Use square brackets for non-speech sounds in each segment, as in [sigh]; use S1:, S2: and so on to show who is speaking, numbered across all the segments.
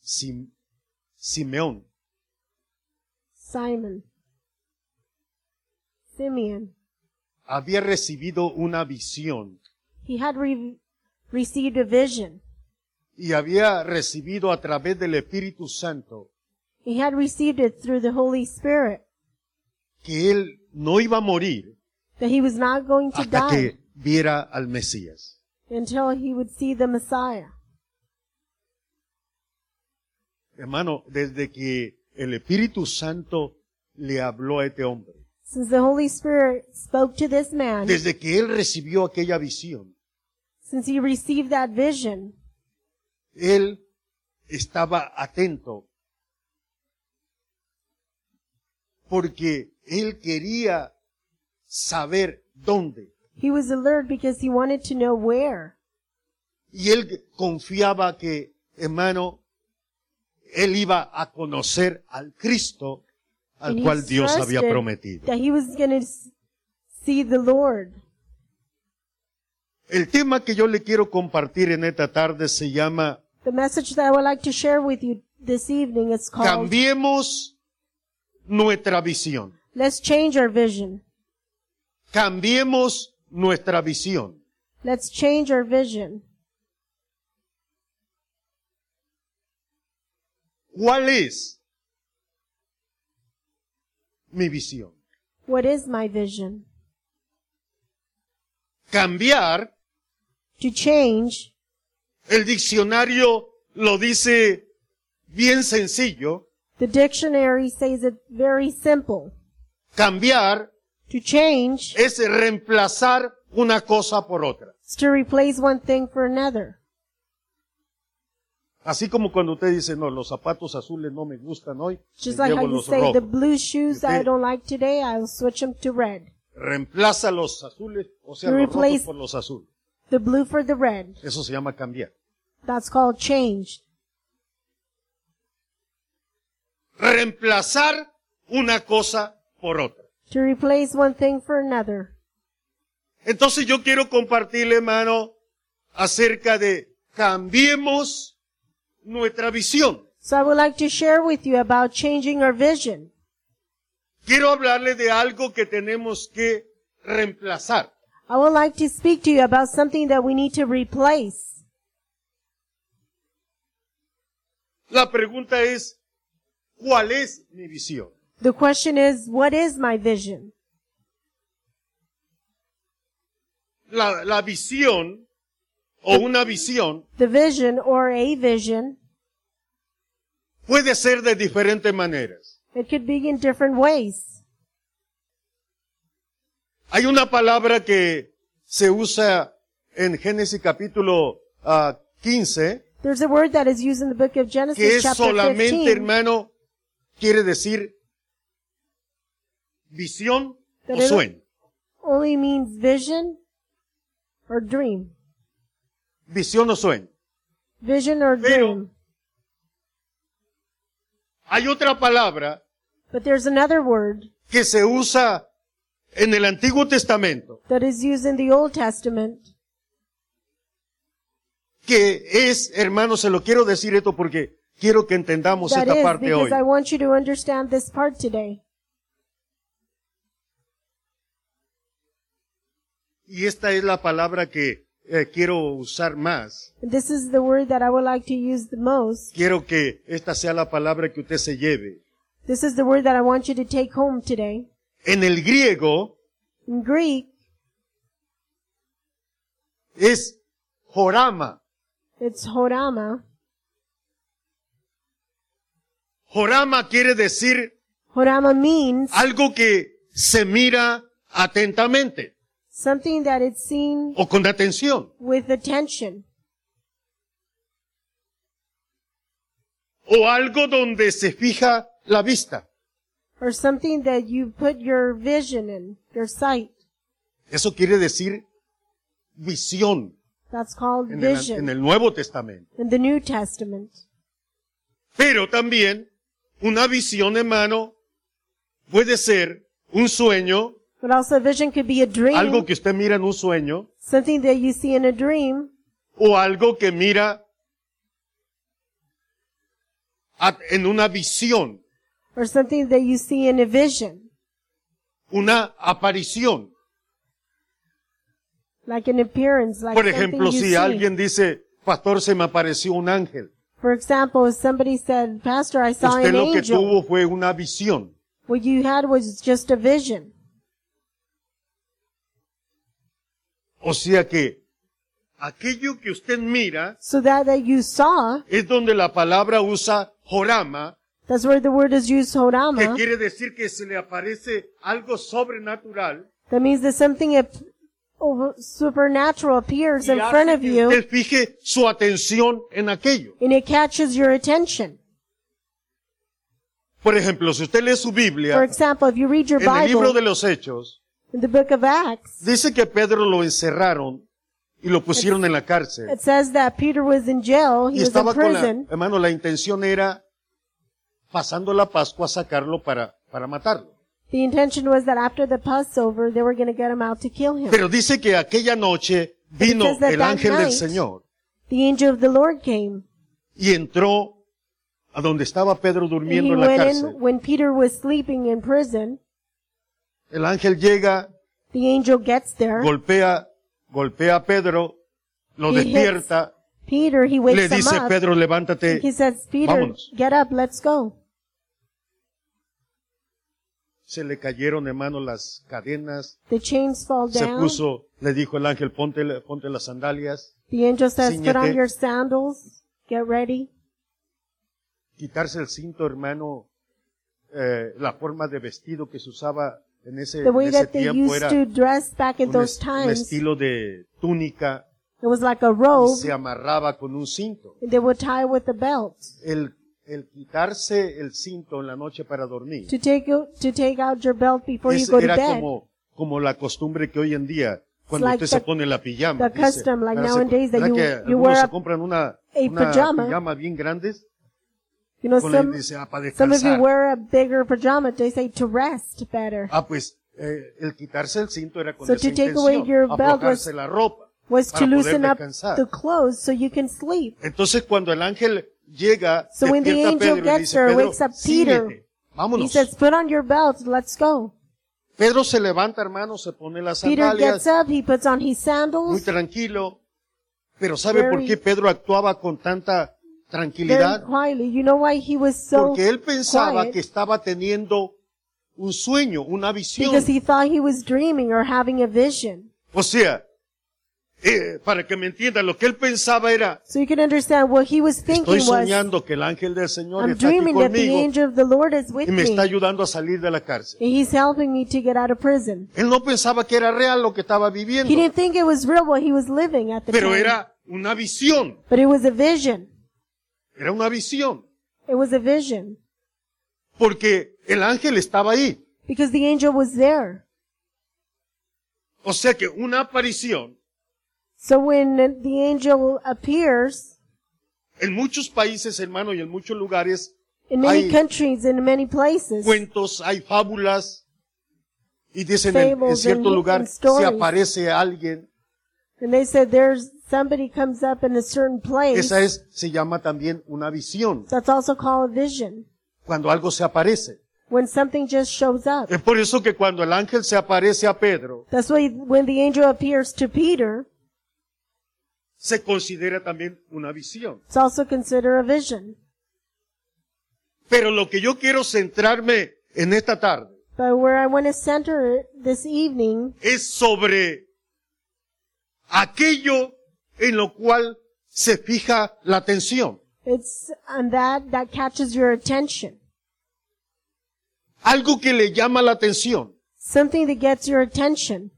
S1: Sim- Simeón,
S2: Simon, Simeon.
S1: había recibido una visión
S2: He had re- received a vision.
S1: y había recibido a través del Espíritu Santo
S2: He had received it through the Holy Spirit
S1: que él no iba a morir
S2: that he was not going to
S1: hasta
S2: die
S1: que viera al Mesías.
S2: until he would see the Messiah.
S1: Hermano, desde que el Espíritu Santo le habló a este hombre,
S2: Since the Holy Spirit spoke to this man,
S1: desde que él recibió aquella visión,
S2: since he received that vision,
S1: él estaba atento porque él quería saber dónde
S2: he was alert because he wanted to know where.
S1: y él confiaba que, hermano, él iba a conocer al Cristo al
S2: And he
S1: cual Dios había
S2: trusted
S1: prometido.
S2: That he was going to see the Lord.
S1: El tema que yo le quiero compartir en esta tarde se llama
S2: The message that I would like to share with you this evening is called
S1: Cambiemos nuestra visión.
S2: Let's Change Our Vision.
S1: Cambiemos nuestra visión.
S2: Let's change our vision.
S1: ¿Cuál es mi visión?
S2: What is my vision?
S1: Cambiar,
S2: To change,
S1: el diccionario lo dice bien sencillo,
S2: the dictionary says it very simple.
S1: cambiar
S2: To change
S1: es reemplazar una cosa por otra.
S2: is to replace one thing for another.
S1: Así como cuando usted dice, no, los zapatos azules no me gustan hoy,
S2: Just
S1: me
S2: like
S1: llevo
S2: how you
S1: los
S2: say the
S1: rojos.
S2: blue shoes
S1: You
S2: I
S1: think-
S2: don't like today, I'll switch them to red.
S1: Reemplaza los azules, o sea,
S2: You
S1: los rojos
S2: replace-
S1: por los azules.
S2: The blue for the red.
S1: Eso se llama cambiar.
S2: That's called change.
S1: Reemplazar una cosa por otra.
S2: To replace one thing for another.
S1: Entonces yo quiero compartirle, hermano, acerca de cambiemos nuestra visión.
S2: So I would like to share with you about changing our vision.
S1: Quiero hablarle de algo que tenemos que reemplazar.
S2: I would like to speak to you about something that we need to replace.
S1: La pregunta es, ¿cuál es mi visión?
S2: The question is, what is my vision?
S1: La, la visión o una visión
S2: The vision or a vision,
S1: puede ser de diferentes maneras.
S2: it could be in different ways.
S1: Hay una palabra que se usa en Génesis capítulo ah, 15
S2: There's a word that is used in the book of
S1: que
S2: Genesis
S1: es
S2: chapter
S1: solamente,
S2: 15
S1: hermano, quiere decir visión o
S2: Pero es-
S1: sueño.
S2: only means vision or dream.
S1: Visión o sueño.
S2: Vision or
S1: Pero-
S2: dream.
S1: Hay otra palabra
S2: But there's another word
S1: que se usa en el Antiguo Testamento
S2: that is used in the Old Testament
S1: que es, hermano, se lo quiero decir esto porque quiero que entendamos
S2: that
S1: esta
S2: is
S1: parte
S2: because
S1: hoy.
S2: I want you to understand this part today.
S1: Y esta es la palabra que eh, quiero usar más.
S2: This is the word that I would like to use the most.
S1: Quiero que esta sea la palabra que usted se lleve.
S2: This is the word that I want you to take home today.
S1: En el griego
S2: In Greek,
S1: es jorama.
S2: it's horama.
S1: Jorama quiere decir
S2: Horama means
S1: algo que se mira atentamente
S2: something that is seen
S1: o con atención
S2: with attention
S1: o algo donde se fija la vista.
S2: or something that you put your vision in, your sight.
S1: Eso quiere decir visión
S2: That's called
S1: en el, en
S2: vision
S1: el Nuevo Testamento.
S2: in the New Testament.
S1: Pero también una visión, hermano, puede ser un sueño,
S2: But also vision could be a
S1: algo
S2: dream,
S1: que usted mira en un sueño
S2: something that you see in a dream
S1: o algo que mira a- en una visión,
S2: or something that you see in a vision,
S1: una aparición.
S2: like an appearance, like
S1: Por
S2: something
S1: ejemplo,
S2: you
S1: si
S2: see.
S1: alguien dice, pastor, se me apareció un ángel,
S2: For example, if somebody said, Pastor, I saw
S1: usted
S2: an
S1: lo que
S2: angel.
S1: tuvo fue una visión.
S2: What you had was just a vision.
S1: O sea que aquello que usted mira
S2: So that that you saw,
S1: es donde la palabra usa jorama,
S2: that's where the word is used,
S1: que
S2: hodama.
S1: quiere decir que se le aparece algo sobrenatural.
S2: That means that something ap- over- supernatural appears
S1: y
S2: in
S1: hace
S2: front of
S1: que
S2: you
S1: Usted fije su atención en aquello.
S2: and it catches your attention.
S1: Por ejemplo, si usted lee su
S2: For
S1: Biblia,
S2: example, if you read your
S1: en el libro
S2: Bible
S1: de los Hechos,
S2: in the book of Acts,
S1: dice que Pedro lo encerraron y lo pusieron en la cárcel.
S2: it says that Peter was in jail, he
S1: Y
S2: was in
S1: estaba con la,
S2: prison,
S1: hermano, la intención era pasando la Pascua sacarlo para, para matarlo.
S2: The intention was that after the Passover, they were going to get him out to kill him.
S1: Pero dice que aquella noche vino
S2: Because that
S1: el
S2: that
S1: ángel del
S2: night-
S1: Señor
S2: The angel of the Lord came.
S1: y entró a donde estaba Pedro
S2: And he
S1: durmiendo en la
S2: went
S1: cárcel.
S2: in when Peter was sleeping in prison.
S1: El ángel llega,
S2: The angel gets there.
S1: golpea, golpea a Pedro, lo
S2: He hits-
S1: despierta,
S2: Peter, he
S1: le
S2: wakes him
S1: dice
S2: up.
S1: Pedro, levántate.
S2: He says, Peter,
S1: Vámonos.
S2: get up, let's go.
S1: Se le cayeron, hermano, las cadenas.
S2: The chains fall
S1: Se
S2: down.
S1: puso, le dijo el ángel, ponte, ponte las sandalias,
S2: The angel says, put
S1: Cíñete.
S2: on your sandals, get ready.
S1: quitarse el cinto, hermano, eh, la forma de vestido que se usaba en ese,
S2: The way
S1: en ese
S2: that they
S1: tiempo
S2: used
S1: era
S2: to dress back in
S1: un,
S2: those
S1: es- un
S2: times, Oh. it
S1: estilo de túnica
S2: was like a
S1: y
S2: robe.
S1: se amarraba con un cinto.
S2: They would tie with a belt.
S1: El, el quitarse el cinto en la noche para dormir
S2: To take, out- to take out your belt before you
S1: es-
S2: go to
S1: era
S2: bed.
S1: como, como la costumbre que hoy en día cuando
S2: like
S1: usted se
S2: the-
S1: pone la pijama.
S2: the
S1: dice,
S2: custom, like
S1: ¿verdad? Se-
S2: nowadays that
S1: ¿verdad
S2: you-
S1: que
S2: you
S1: algunos
S2: wear
S1: se
S2: a-
S1: compran una,
S2: a
S1: una
S2: pijama?
S1: pijama bien grandes
S2: You know,
S1: con la-
S2: some,
S1: dice, ah, para
S2: Some of you
S1: descansar.
S2: wear a bigger pajama. They say to rest better.
S1: Ah, pues eh, el quitarse el cinto era con
S2: So
S1: esa
S2: to take
S1: intención,
S2: away your belt
S1: aflojarse
S2: was-
S1: la ropa
S2: Was to
S1: para poder
S2: loosen up
S1: descansar.
S2: the clothes so you can sleep.
S1: Entonces cuando el ángel llega,
S2: So when the
S1: despierta a
S2: angel
S1: Pedro y
S2: gets
S1: dice,
S2: there,
S1: Pedro,
S2: wakes up
S1: "Síguete,
S2: Peter." He
S1: vámonos.
S2: says, put on your belt. Let's go.
S1: Pedro se levanta, hermano, se pone las
S2: Peter gets
S1: sandalias,
S2: up. He puts on his
S1: muy
S2: sandals.
S1: tranquilo. Pero ¿sabe por
S2: Pues, Very-
S1: qué Pedro actuaba con tanta
S2: Very
S1: tranquilidad?
S2: quietly. You know why he was so
S1: Porque él pensaba que
S2: quiet?
S1: estaba teniendo un sueño, una visión.
S2: Because he thought he was dreaming or having a vision.
S1: O sea, eh, para que me entienda, lo que él pensaba era,
S2: So you can understand what he was
S1: Estoy
S2: thinking was,
S1: soñando que el ángel del Señor
S2: I'm
S1: está aquí
S2: dreaming that the
S1: conmigo
S2: angel of the Lord is with
S1: y me
S2: me.
S1: está
S2: And
S1: ayudando a salir de la cárcel.
S2: he's helping me to get out of prison.
S1: Él no pensaba que era real lo que estaba viviendo,
S2: He didn't think it was real what he was living at the
S1: pero
S2: time.
S1: era una visión,
S2: But it was a vision.
S1: era una visión,
S2: It was a vision.
S1: porque el ángel estaba ahí.
S2: Because the angel was there.
S1: O sea que una aparición
S2: So when the angel appears,
S1: en muchos países, hermano, y en muchos lugares,
S2: in many
S1: Hay-
S2: countries, in many places,
S1: cuentos, hay fábulas, y dicen en, en
S2: Fables
S1: cierto
S2: and-
S1: lugar
S2: and
S1: se
S2: stories.
S1: aparece alguien.
S2: and they said there's somebody comes up in a certain place,
S1: Esa es, se llama también una visión,
S2: that's also called a vision.
S1: cuando algo se aparece.
S2: When something just shows up.
S1: Es por eso que cuando el ángel se aparece a Pedro,
S2: That's why when the angel appears to Peter,
S1: se considera también una visión.
S2: it's also considered a vision.
S1: Pero lo que yo quiero centrarme en esta tarde
S2: But where I want to center it this evening
S1: es sobre aquello en lo cual se fija la atención.
S2: It's on that that catches your attention.
S1: Algo que le llama la atención,
S2: Something that gets your attention.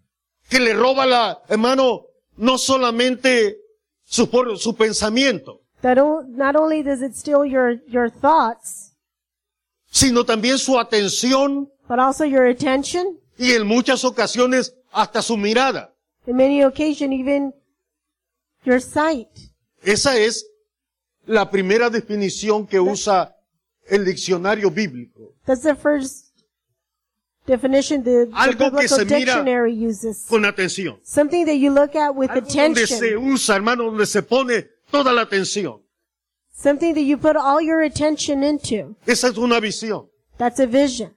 S1: que le roba la, hermano, no solamente su, por- su pensamiento,
S2: That o- not only does it steal your, your thoughts,
S1: sino también su atención
S2: but also your attention.
S1: y en muchas ocasiones hasta su mirada.
S2: In many occasions, even your sight.
S1: Esa es la primera definición que usa el diccionario bíblico.
S2: That's the first definition the, the
S1: Algo que se mira
S2: biblical dictionary uses.
S1: Con atención.
S2: Something that you look at with
S1: Algo donde se
S2: attention.
S1: usa, hermano, donde se pone toda la atención.
S2: Something that you put all your attention into.
S1: Esa es una visión.
S2: That's a vision.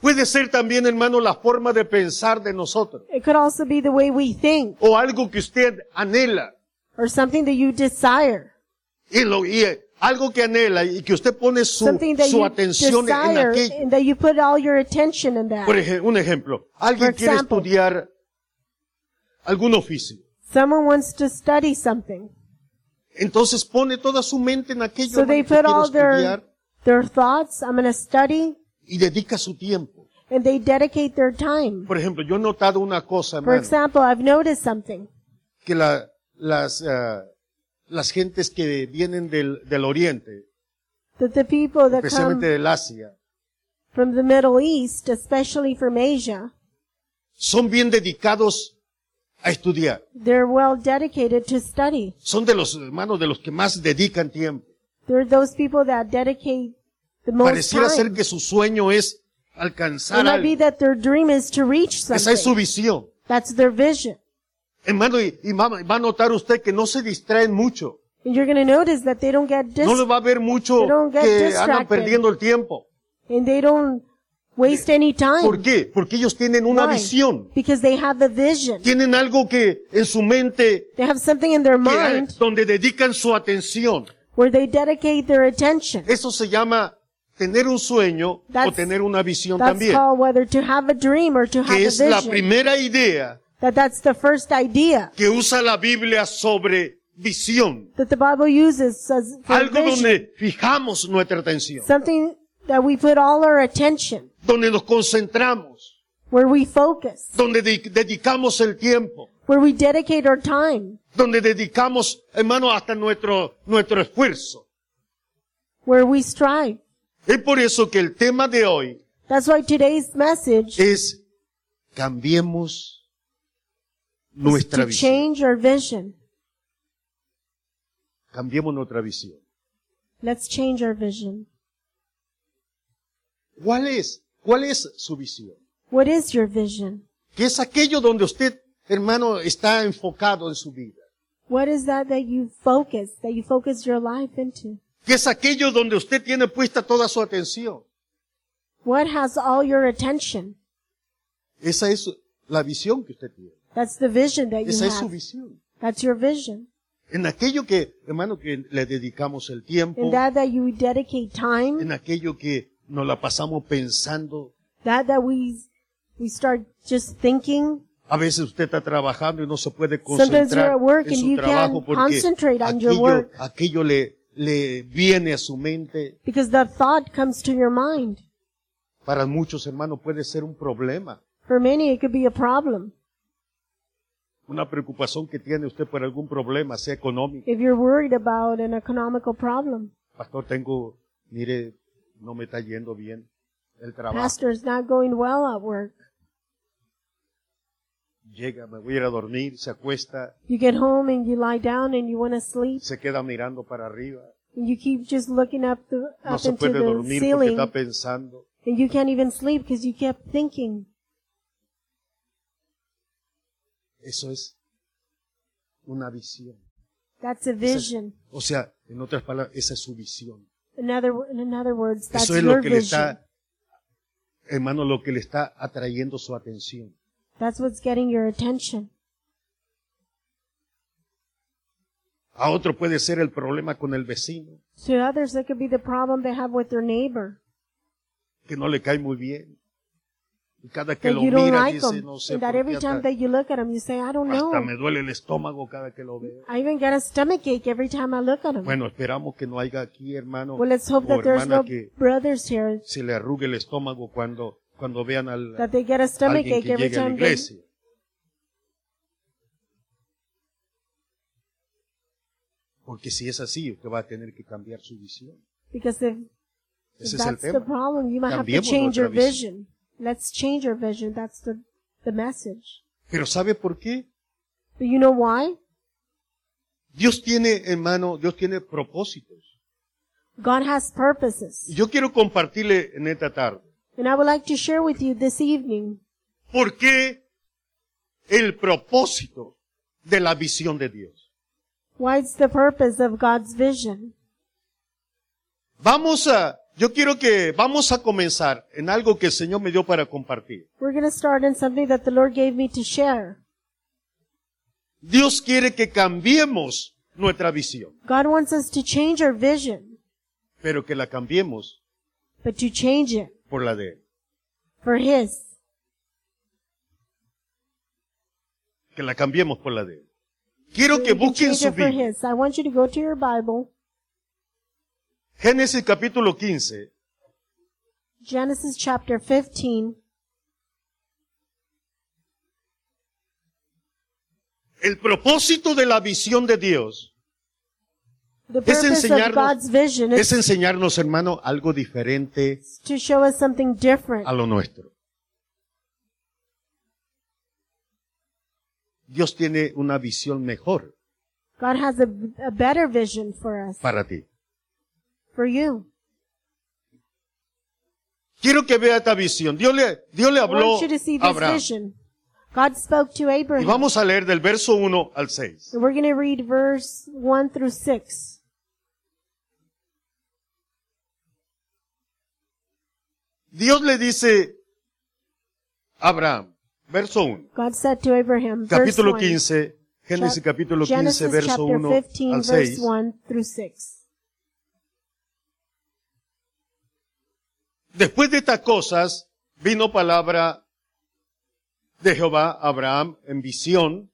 S1: Puede ser también, hermano, la forma de pensar de nosotros.
S2: It could also be the way we think
S1: O algo que usted anhela.
S2: or something that you desire.
S1: Y, lo, y eh, algo que anhela y que usted pone su,
S2: Something that
S1: su
S2: you
S1: atención en
S2: desire
S1: aquello.
S2: and that you put all your attention in
S1: Por e-
S2: that.
S1: ej- un ejemplo, alguien
S2: For
S1: quiere
S2: example.
S1: estudiar algún oficio.
S2: Someone wants to study something.
S1: Entonces pone toda su mente en aquello
S2: So
S1: hermano,
S2: they
S1: que
S2: put
S1: quiere
S2: all their,
S1: estudiar
S2: their thoughts. I'm going to study
S1: y dedica su tiempo.
S2: and they dedicate their time.
S1: Por ejemplo, yo he notado una cosa,
S2: For
S1: hermano,
S2: example, I've noticed something.
S1: que la- las, ah, las gentes que vienen del, del Oriente,
S2: that the people that
S1: especialmente
S2: come
S1: del Asia,
S2: from the Middle East, especially from Asia,
S1: son bien dedicados a estudiar.
S2: they're well dedicated to study.
S1: Son de los hermanos de los que más dedican tiempo.
S2: They're those people that dedicate the most
S1: Pareciera ser
S2: time.
S1: que su sueño es alcanzar
S2: It might be
S1: algo.
S2: that their dream is to reach
S1: Esa es su
S2: something.
S1: visión.
S2: That's their vision.
S1: Hermano, y, y va, va a notar usted que no se distraen mucho.
S2: And you're going to notice that they don't get
S1: No le
S2: dis-
S1: va a ver mucho
S2: They don't get
S1: que andan
S2: distracted.
S1: perdiendo el tiempo.
S2: and they don't waste any
S1: ¿Por
S2: time.
S1: qué? Porque ellos tienen una
S2: Why?
S1: visión.
S2: Because they have a vision.
S1: Tienen algo que en su mente,
S2: They have something in their
S1: que hay-
S2: mind
S1: donde dedican su atención.
S2: where they dedicate their attention.
S1: Eso se llama tener un sueño o
S2: That's-
S1: tener una visión
S2: That's
S1: también.
S2: called whether to have a dream or to have
S1: Que
S2: a
S1: es la
S2: vision.
S1: primera idea
S2: That that's the first idea.
S1: que usa la Biblia sobre visión.
S2: that the Bible uses as for
S1: Algo
S2: vision,
S1: donde fijamos nuestra atención.
S2: something that we put all our attention,
S1: Donde nos concentramos.
S2: where we focus,
S1: Donde de- dedicamos el tiempo.
S2: where we dedicate our time,
S1: donde dedicamos, hermano, hasta nuestro, nuestro esfuerzo.
S2: where we strive.
S1: Es por eso que el tema de hoy
S2: That's why today's message
S1: es cambiemos
S2: is
S1: nuestra
S2: to
S1: visión.
S2: change our vision.
S1: Cambiemos nuestra visión.
S2: Let's change our vision.
S1: ¿Cuál es? ¿Cuál es su visión?
S2: What is your vision?
S1: Que es aquello donde usted, hermano, está enfocado en su vida.
S2: What is that that you focus, that you focus your life into?
S1: Que es aquello donde usted tiene puesta toda su atención.
S2: What has all your attention?
S1: Esa es la visión que usted tiene.
S2: That's the vision that you
S1: Esa es su
S2: have.
S1: visión.
S2: That's your vision.
S1: En aquello que, hermano, que le dedicamos el tiempo,
S2: And that that you dedicate time,
S1: Oh. en aquello que nos la pasamos pensando.
S2: that that we we start just thinking
S1: A veces usted está trabajando y no se puede
S2: Sometimes you're
S1: concentrar
S2: at work
S1: en
S2: and
S1: su
S2: you
S1: trabajo
S2: can't
S1: porque
S2: concentrate on your
S1: aquello,
S2: work.
S1: aquello le, le viene a su mente.
S2: because the thought comes to your mind.
S1: Para muchos hermanos puede ser un problema,
S2: For many, it could be a problem.
S1: una preocupación que tiene usted por algún problema, sea económico.
S2: If you're worried about an economical problem,
S1: Pastor, tengo, mire, no me está yendo bien el trabajo.
S2: pastor is not going well at work.
S1: Llega, me voy a ir a dormir, se acuesta,
S2: You get home and you lie down and you want to sleep
S1: se queda mirando para arriba.
S2: and you keep just looking up the
S1: No
S2: up
S1: se
S2: into
S1: puede
S2: the
S1: dormir porque
S2: ceiling
S1: está pensando.
S2: and you can't even sleep because you kept thinking.
S1: Eso es una visión.
S2: That's
S1: Esa
S2: a
S1: es-
S2: vision.
S1: o sea, en otras palabras, esa es su visión.
S2: In other in other words, that's
S1: Eso es lo
S2: your
S1: que le
S2: vision.
S1: está, hermano, lo que le está atrayendo su atención.
S2: That's what's getting your attention.
S1: A otro puede ser el problema con el vecino,
S2: To others, it could be the problem they have with their neighbor.
S1: que no le cae muy bien. Y cada que
S2: that
S1: lo
S2: you don't
S1: mira
S2: like
S1: dice,
S2: them,
S1: no sé
S2: and
S1: por
S2: that
S1: qué
S2: every time
S1: hasta,
S2: that you look at them, you say, I don't
S1: hasta
S2: know.
S1: me duele el estómago cada que lo veo.
S2: I even get a stomach ache every time I look at them.
S1: Bueno, esperamos que no haya aquí, hermano,
S2: well, let's hope
S1: o
S2: that there's
S1: hermana
S2: no
S1: que
S2: brothers here
S1: se le arrugue el estómago cuando, cuando vean al,
S2: that they get a stomach
S1: alguien
S2: ache
S1: que
S2: every
S1: llegue a la
S2: time they.
S1: iglesia. Porque si es así, usted va a tener que cambiar su visión.
S2: Because if, if
S1: Ese es el
S2: that's the
S1: tema.
S2: problem, you might have to
S1: Cambiemos
S2: change your
S1: nuestra visión.
S2: vision. Let's change our vision. That's the the message.
S1: Pero ¿sabe por qué?
S2: But you know why?
S1: Dios tiene, hermano, Dios tiene propósitos.
S2: God has
S1: Y
S2: purposes,
S1: yo quiero compartirle en esta tarde.
S2: and I would like to share with you this evening
S1: ¿Por qué el propósito de la visión de Dios?
S2: What's the purpose of God's vision?
S1: Vamos a, yo quiero que vamos a comenzar en algo que el Señor me dio para compartir.
S2: We're going to start in something that the Lord gave me to share.
S1: Dios quiere que cambiemos nuestra visión,
S2: God wants us to change our vision,
S1: pero que la cambiemos
S2: but to change it
S1: por la de Él.
S2: for His,
S1: Que la cambiemos por la de Él. Quiero que
S2: You can
S1: busquen
S2: change
S1: su
S2: it for
S1: Biblia.
S2: His. I want you to go to your Bible,
S1: Génesis capítulo 15,
S2: Genesis chapter 15,
S1: el propósito de la visión de Dios
S2: The
S1: Es
S2: purpose
S1: enseñarnos-
S2: of God's vision
S1: es
S2: is
S1: enseñarnos, hermano, algo diferente
S2: to show us something different.
S1: a lo nuestro. Dios tiene una visión mejor
S2: God has a, a better vision for us,
S1: para ti.
S2: for you.
S1: Quiero que vea esta visión. Dios le, Dios le
S2: I
S1: habló
S2: want you to see
S1: a
S2: this
S1: Abraham.
S2: vision. God spoke to
S1: Y
S2: Abraham.
S1: vamos a leer del verso 1 al 6.
S2: And we're going to read verse 1 through 6.
S1: Dios le dice a Abraham, verso 1,
S2: God said to Abraham, verse
S1: capítulo
S2: 1,
S1: 15, Génesis
S2: chap-
S1: capítulo 15,
S2: Genesis
S1: verso
S2: chapter
S1: 1
S2: 15,
S1: al
S2: verse
S1: 6.
S2: 1 through 6.
S1: Después de estas cosas, vino palabra de Jehová a Abraham en visión.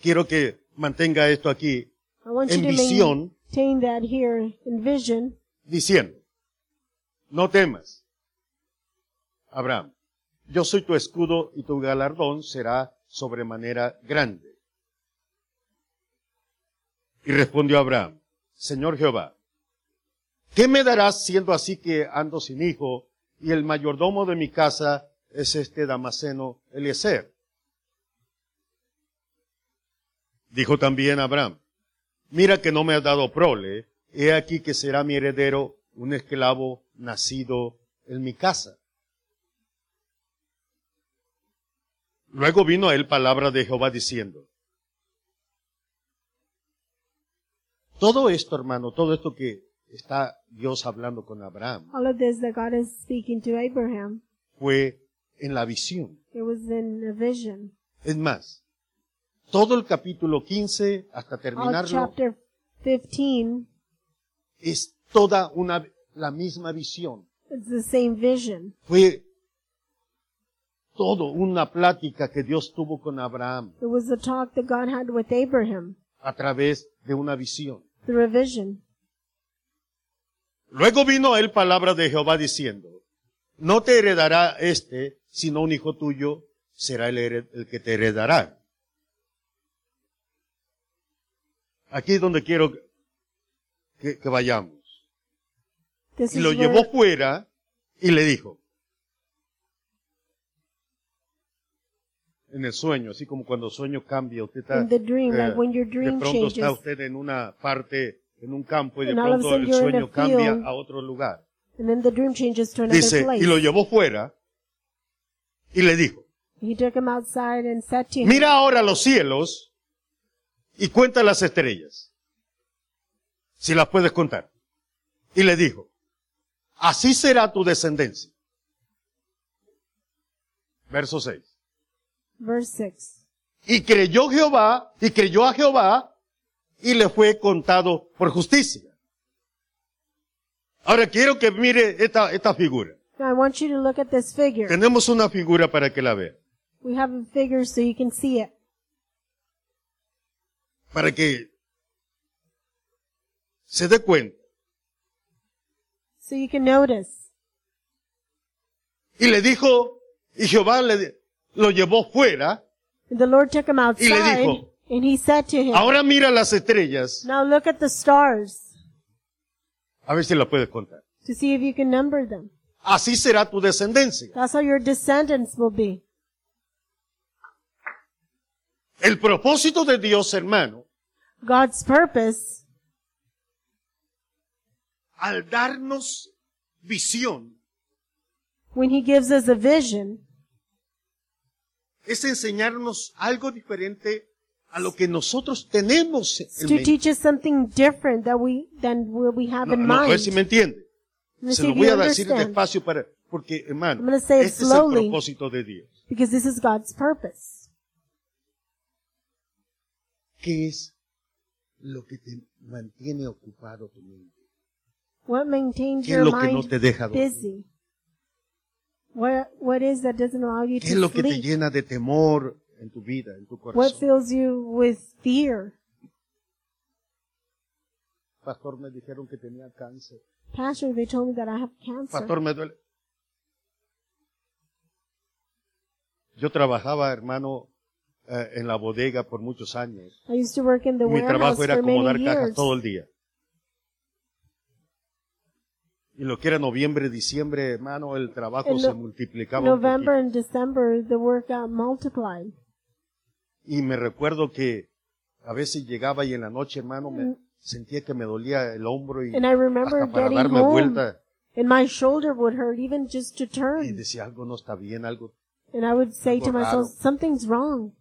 S1: Quiero que mantenga esto aquí,
S2: I want you
S1: En
S2: to
S1: visión.
S2: maintain that here in vision.
S1: diciendo, no temas, Abraham, yo soy tu escudo y tu galardón será sobremanera grande. Y respondió Abraham, Señor Jehová, ¿qué me darás siendo así que ando sin hijo y el mayordomo de mi casa es este Damaseno Eliezer? Dijo también Abraham, Mira que no me has dado prole, he aquí que será mi heredero un esclavo nacido en mi casa. Luego vino a él palabra de Jehová diciendo, todo esto hermano, todo esto que está Dios hablando con Abraham
S2: All of this that God is speaking to Abraham,
S1: fue en la visión.
S2: it was in a vision.
S1: Es más, todo el capítulo 15 hasta
S2: All
S1: terminarlo
S2: Uh, chapter 15
S1: es toda una, la misma visión.
S2: It's the same vision.
S1: fue todo una plática que Dios tuvo con Abraham
S2: It was the talk that God had with Abraham
S1: a través de una visión.
S2: through a vision.
S1: Luego vino a él palabra de Jehová diciendo, no te heredará este, sino un hijo tuyo será el, hered- el que te heredará. Aquí es donde quiero que- que vayamos.
S2: This
S1: y
S2: is
S1: lo
S2: where
S1: llevó fuera y le dijo en el sueño, así como cuando sueño cambia, usted está
S2: In the dream, like when your dream
S1: eh, de pronto está
S2: changes.
S1: usted en una parte, en un campo y de
S2: And all of a
S1: pronto
S2: sudden
S1: el
S2: you're in
S1: sueño
S2: a
S1: cambia
S2: field.
S1: a otro lugar.
S2: and then the dream changes to another
S1: Dice,
S2: place.
S1: y lo llevó fuera y le dijo,
S2: he took him outside and said to him,
S1: mira ahora los cielos y cuenta las estrellas, si las puedes contar. Y le dijo, así será tu descendencia. Verso 6.
S2: verse 6.
S1: Y creyó Jehová, y creyó a Jehová, y le fue contado por justicia. Ahora quiero que mire esta, esta figura.
S2: Now I want you to look at this figure.
S1: Tenemos una figura para que la vea.
S2: We have a figure so you can see it.
S1: para que se dé cuenta.
S2: So you can notice.
S1: Y le dijo, y Jehová le, di- lo llevó fuera,
S2: And the Lord took him outside
S1: dijo,
S2: and he said to him,
S1: ahora mira las estrellas,
S2: now look at the stars
S1: a ver si la puedes contar.
S2: to see if you can number them.
S1: Así será tu descendencia.
S2: That's how your descendants will be.
S1: El propósito de Dios, hermano,
S2: God's purpose
S1: al darnos visión,
S2: when he gives us a vision
S1: es enseñarnos algo diferente a lo que nosotros tenemos en
S2: to
S1: mente.
S2: teach us something different that we than what we have
S1: No,
S2: in
S1: no, a
S2: mind.
S1: ver si me entiende.
S2: Let me
S1: Se
S2: see
S1: lo
S2: if
S1: voy
S2: you
S1: a decir
S2: understand.
S1: despacio para, porque
S2: I'm
S1: hermano,
S2: gonna say it
S1: este es el
S2: slowly.
S1: propósito de Dios.
S2: Because this is God's purpose.
S1: ¿Qué es lo que te mantiene ocupado tu mente?
S2: What maintains
S1: ¿Qué es
S2: your
S1: lo que no
S2: mind
S1: te deja dormir?
S2: busy? What what is that doesn't allow you
S1: ¿Qué es
S2: to
S1: lo que te
S2: sleep?
S1: llena de temor en tu vida, en tu
S2: What
S1: corazón?
S2: fills you with fear?
S1: Pastor, me dijeron que tenía cáncer.
S2: Pastor, they told me that I have cancer.
S1: Pastor, me duele. Yo trabajaba, hermano, eh, en la bodega por muchos años.
S2: I used to work in the
S1: Mi
S2: warehouse
S1: trabajo era
S2: for
S1: acomodar
S2: many
S1: cajas
S2: years.
S1: todo el día. Y lo que era noviembre, diciembre, hermano, el trabajo
S2: En
S1: se
S2: no-
S1: multiplicaba un
S2: November
S1: poquito.
S2: and December, the work got multiplied.
S1: Y me recuerdo que a veces llegaba y en la noche, hermano,
S2: Mm.
S1: me sentía que me dolía el hombro y
S2: And I remember
S1: hasta para
S2: getting
S1: darme
S2: home.
S1: vuelta
S2: And my shoulder would hurt even just to
S1: y
S2: turn.
S1: decía algo no está bien, algo.
S2: And I would say to
S1: Algo
S2: myself,
S1: raro.
S2: something's wrong.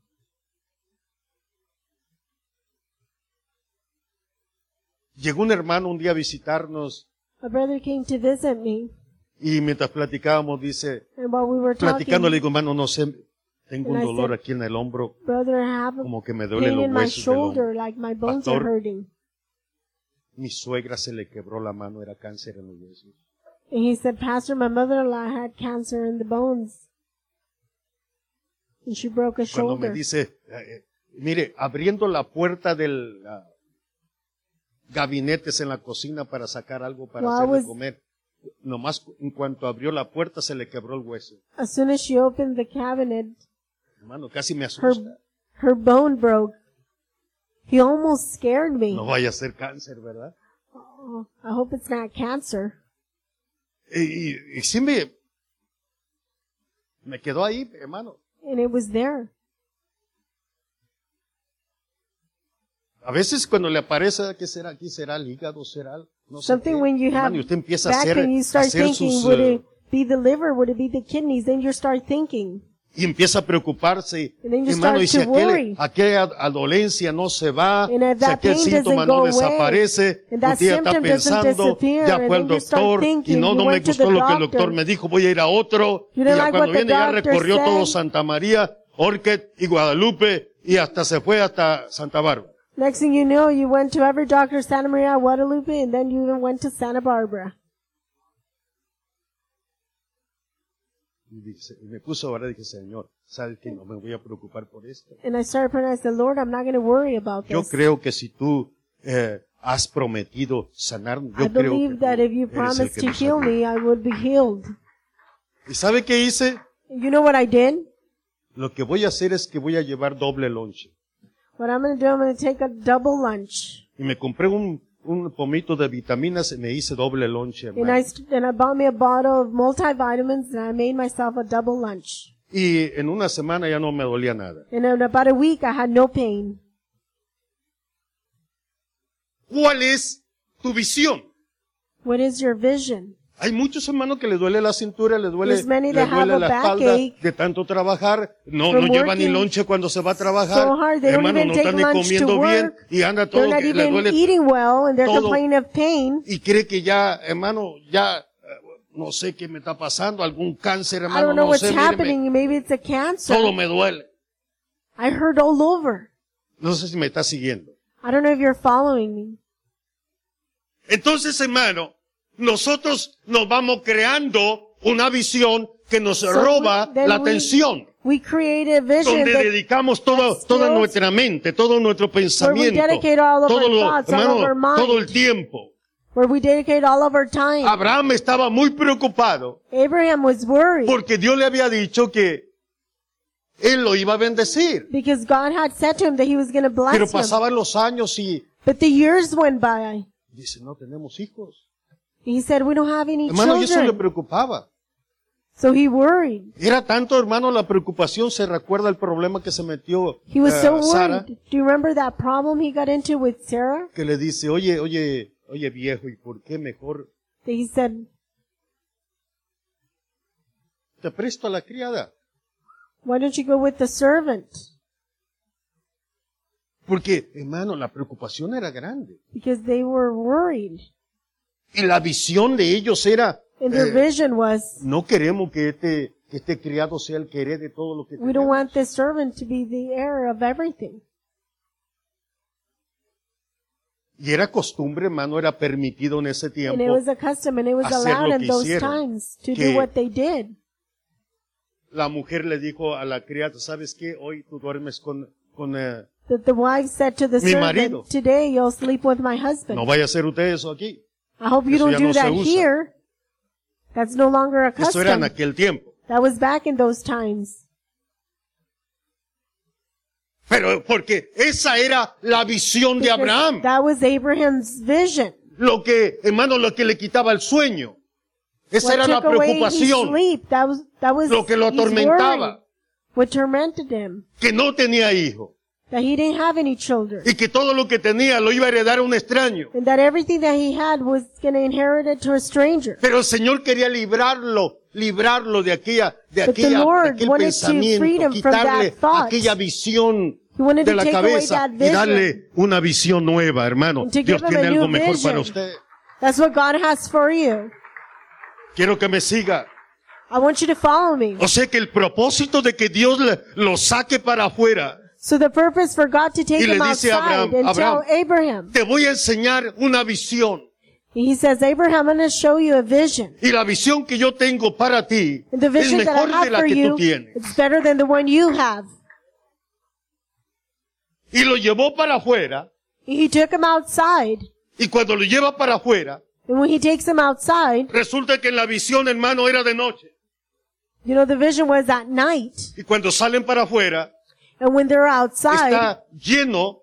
S1: Llegó un hermano un día a visitarnos
S2: A brother came to visit me.
S1: y mientras platicábamos dice,
S2: And while we were
S1: platicando le
S2: talking,
S1: digo, hermano, no sé, tengo un
S2: And I
S1: dolor
S2: said,
S1: aquí en el hombro,
S2: brother, I have a
S1: como que me duelen
S2: pain
S1: los
S2: in my
S1: huesos del hombro.
S2: shoulder, like my bones are
S1: Pastor.
S2: hurting.
S1: Mi suegra se le quebró la mano, era cáncer en los huesos.
S2: And he said, Pastor, my mother-in-law had cancer in the bones. And she broke a
S1: Cuando me
S2: shoulder.
S1: dice, eh, eh, mire, abriendo la puerta del ah, gabinetes en la cocina para sacar algo para
S2: Well, I
S1: hacer de
S2: was-
S1: comer, nomás cu- en cuanto abrió la puerta se le quebró el hueso.
S2: As soon as she opened the cabinet,
S1: Hermano, casi me
S2: her,
S1: asusta.
S2: her bone broke. He almost scared me.
S1: No vaya a ser cáncer, ¿verdad?
S2: Oh, I hope it's not cancer.
S1: Y, y- y sí me, me quedó ahí, hermano.
S2: And it was there.
S1: A veces cuando le aparece, ¿qué será? ¿Qué será? ¿El hígado? ¿Será? el- No sé
S2: Something
S1: qué.
S2: when you have
S1: Hermano, y usted empieza a
S2: back
S1: hacer,
S2: pain, you
S1: a
S2: start
S1: hacer
S2: thinking,
S1: sus...
S2: would
S1: eh,
S2: it be the liver? Would it be the kidneys? Then you start thinking.
S1: y empieza a preocuparse. y,
S2: And then you
S1: hermano, y si
S2: start to
S1: aquel,
S2: worry.
S1: aquella dolencia no se va,
S2: And if
S1: si
S2: that
S1: aquel
S2: pain
S1: síntoma
S2: doesn't
S1: no
S2: go away,
S1: desaparece,
S2: and that
S1: usted ya está
S2: symptom doesn't
S1: pensando,
S2: disappear,
S1: ya fue al
S2: and then you start
S1: doctor y
S2: thinking,
S1: no,
S2: you
S1: no me
S2: went to
S1: gustó
S2: the
S1: lo que el doctor
S2: doctor.
S1: me dijo, voy a ir a otro. Y
S2: You don't
S1: ya
S2: like
S1: cuando
S2: what the
S1: viene ya
S2: doctor
S1: recorrió
S2: said.
S1: todo Santa María, Orquet y Guadalupe y hasta se fue hasta Santa Bárbara.
S2: Next thing you know, you went to every doctor, Santa Maria, Guadalupe, and then you even went to Santa Barbara.
S1: Y, dice- y me puso ahora dije, Señor, ¿sabes que no me voy a preocupar por esto?
S2: And I started praying, I said, Lord, I'm not going to worry about
S1: Yo
S2: this.
S1: creo que si tú eh, has prometido sanar, yo
S2: I
S1: creo
S2: believe
S1: que
S2: that
S1: tú
S2: if you
S1: eres el
S2: promised
S1: que
S2: to
S1: nos
S2: heal
S1: ayuda.
S2: me, I would be healed.
S1: ¿Y sabe qué hice?
S2: You know what I did?
S1: Lo que voy a hacer es que voy a llevar doble lonche.
S2: What I'm going to do, I'm going to take a double lunch.
S1: Y me compré un, un pomito de vitaminas y me hice doble lonche.
S2: And I,
S1: hermano.
S2: st- and I bought me a bottle of multivitamins and I made myself a double lunch.
S1: Y en una semana ya no me dolía nada.
S2: And in about a week, I had no pain.
S1: ¿Cuál es tu visión?
S2: What is your vision?
S1: Hay muchos hermanos que les duele la cintura, les duele, les
S2: There's many that
S1: duele
S2: have a
S1: la espalda
S2: backache
S1: de tanto trabajar, no, no
S2: from
S1: lleva ni
S2: working
S1: lonche cuando se va a trabajar,
S2: so hard, they don't
S1: hermano,
S2: even
S1: no
S2: take
S1: está ni
S2: lunch to
S1: comiendo bien
S2: work.
S1: y anda
S2: They're
S1: todo
S2: not
S1: que le
S2: even
S1: duele
S2: eating well and they're
S1: todo.
S2: complaining of pain.
S1: y cree que ya, hermano, ya, eh, no sé qué me está pasando, algún cáncer,
S2: I
S1: hermano,
S2: don't know
S1: no
S2: what's
S1: sé, míreme,
S2: happening. Maybe it's a
S1: todo
S2: cancer.
S1: me duele.
S2: I heard all over.
S1: No sé si me está siguiendo.
S2: I don't know if you're following me.
S1: Entonces, hermano, nosotros nos vamos creando una visión que nos
S2: So
S1: roba
S2: we- then
S1: la
S2: we-
S1: atención,
S2: We create a vision
S1: donde
S2: that
S1: dedicamos todo,
S2: that
S1: toda
S2: steals-
S1: nuestra mente, todo nuestro pensamiento,
S2: dedicate all of
S1: todo,
S2: our
S1: lo-
S2: thoughts, all
S1: hermano,
S2: of our mind.
S1: todo el tiempo.
S2: where we dedicate all of our time.
S1: Abraham estaba muy preocupado
S2: Abraham was worried
S1: porque Dios le había dicho que él lo iba a bendecir.
S2: because God had said to him that he was going to
S1: Pero
S2: bless him.
S1: pasaban los años y
S2: But the years went by.
S1: dice, no tenemos hijos.
S2: He said, we don't have any
S1: Hermano, y eso le
S2: children.
S1: preocupaba.
S2: So he worried.
S1: Era tanto, hermano, la preocupación, se recuerda el problema que se metió
S2: He was
S1: eh,
S2: so
S1: Sara,
S2: worried. Do you remember that problem he got into with Sarah?
S1: que le dice, oye, oye, oye viejo, ¿y por qué mejor
S2: That he said,
S1: te presto a la criada?
S2: why don't you go with the servant?
S1: Porque, hermano, la preocupación era grande.
S2: because they were worried.
S1: Y la visión de ellos era,
S2: And their
S1: eh,
S2: vision was,
S1: no queremos que este, que este criado sea el que herede todo lo que
S2: we don't
S1: tenemos.
S2: want this servant to be the heir of everything.
S1: Y era costumbre, hermano, era permitido en ese
S2: And
S1: tiempo.
S2: it was a custom and it was
S1: hacer
S2: allowed
S1: lo
S2: in
S1: que
S2: those
S1: hicieron,
S2: times to
S1: que-
S2: do what they did.
S1: La mujer le dijo a la criada, ¿sabes qué? Hoy tú duermes con, con, eh,
S2: That the wife said to the
S1: Mi
S2: servant,
S1: marido.
S2: today you'll sleep with my husband.
S1: no vaya a hacer usted eso aquí.
S2: I hope you
S1: Eso
S2: don't
S1: ya
S2: do
S1: no se
S2: that
S1: usa.
S2: here. That's no longer a
S1: Eso era en
S2: custom.
S1: aquel tiempo.
S2: That was back in those times.
S1: Pero porque esa era la visión de
S2: Because
S1: Abraham.
S2: That was Abraham's vision.
S1: Lo que, hermano, lo que le quitaba el sueño. Esa
S2: What
S1: era la
S2: took away his
S1: preocupación
S2: sleep, that was, that was
S1: Lo que lo
S2: his
S1: atormentaba.
S2: worry. What tormented him.
S1: que no tenía hijo
S2: That he didn't have any children.
S1: y que todo lo que tenía lo iba a heredar a un extraño.
S2: And that everything that he had was going to inherit it to a stranger.
S1: Pero el Señor quería librarlo, librarlo de aquella, de
S2: But the
S1: aquella,
S2: Lord
S1: de aquel
S2: wanted to free
S1: pensamiento,
S2: them from
S1: quitarle
S2: that thought.
S1: aquella visión
S2: He wanted
S1: de
S2: to
S1: la
S2: take away
S1: cabeza
S2: that
S1: y
S2: vision.
S1: darle una visión nueva, hermano.
S2: And to
S1: Dios
S2: give him
S1: tiene
S2: a new
S1: algo mejor
S2: vision.
S1: para usted.
S2: That's what God has for you.
S1: Quiero que me siga.
S2: I want you to follow me.
S1: O sea que el propósito de que Dios le- lo saque para afuera,
S2: So the purpose for God to
S1: Y
S2: take
S1: le
S2: him
S1: dice a
S2: outside
S1: Abraham,
S2: and tell
S1: "Abraham,
S2: Abraham.
S1: te voy a enseñar una visión.
S2: He says, Abraham, I'm going to show you a vision.
S1: Y la visión que yo tengo para ti
S2: And the
S1: es
S2: vision that I
S1: mejor de
S2: have
S1: la
S2: for
S1: que tú
S2: you,
S1: tienes.
S2: it's better than the one you have.
S1: Y lo llevó para afuera.
S2: He took him outside.
S1: Y cuando lo lleva para afuera,
S2: And when he takes him outside,
S1: resulta que la visión, hermano, era de noche.
S2: you know, the vision was at night.
S1: Y cuando salen para afuera,
S2: And when they're outside,
S1: está lleno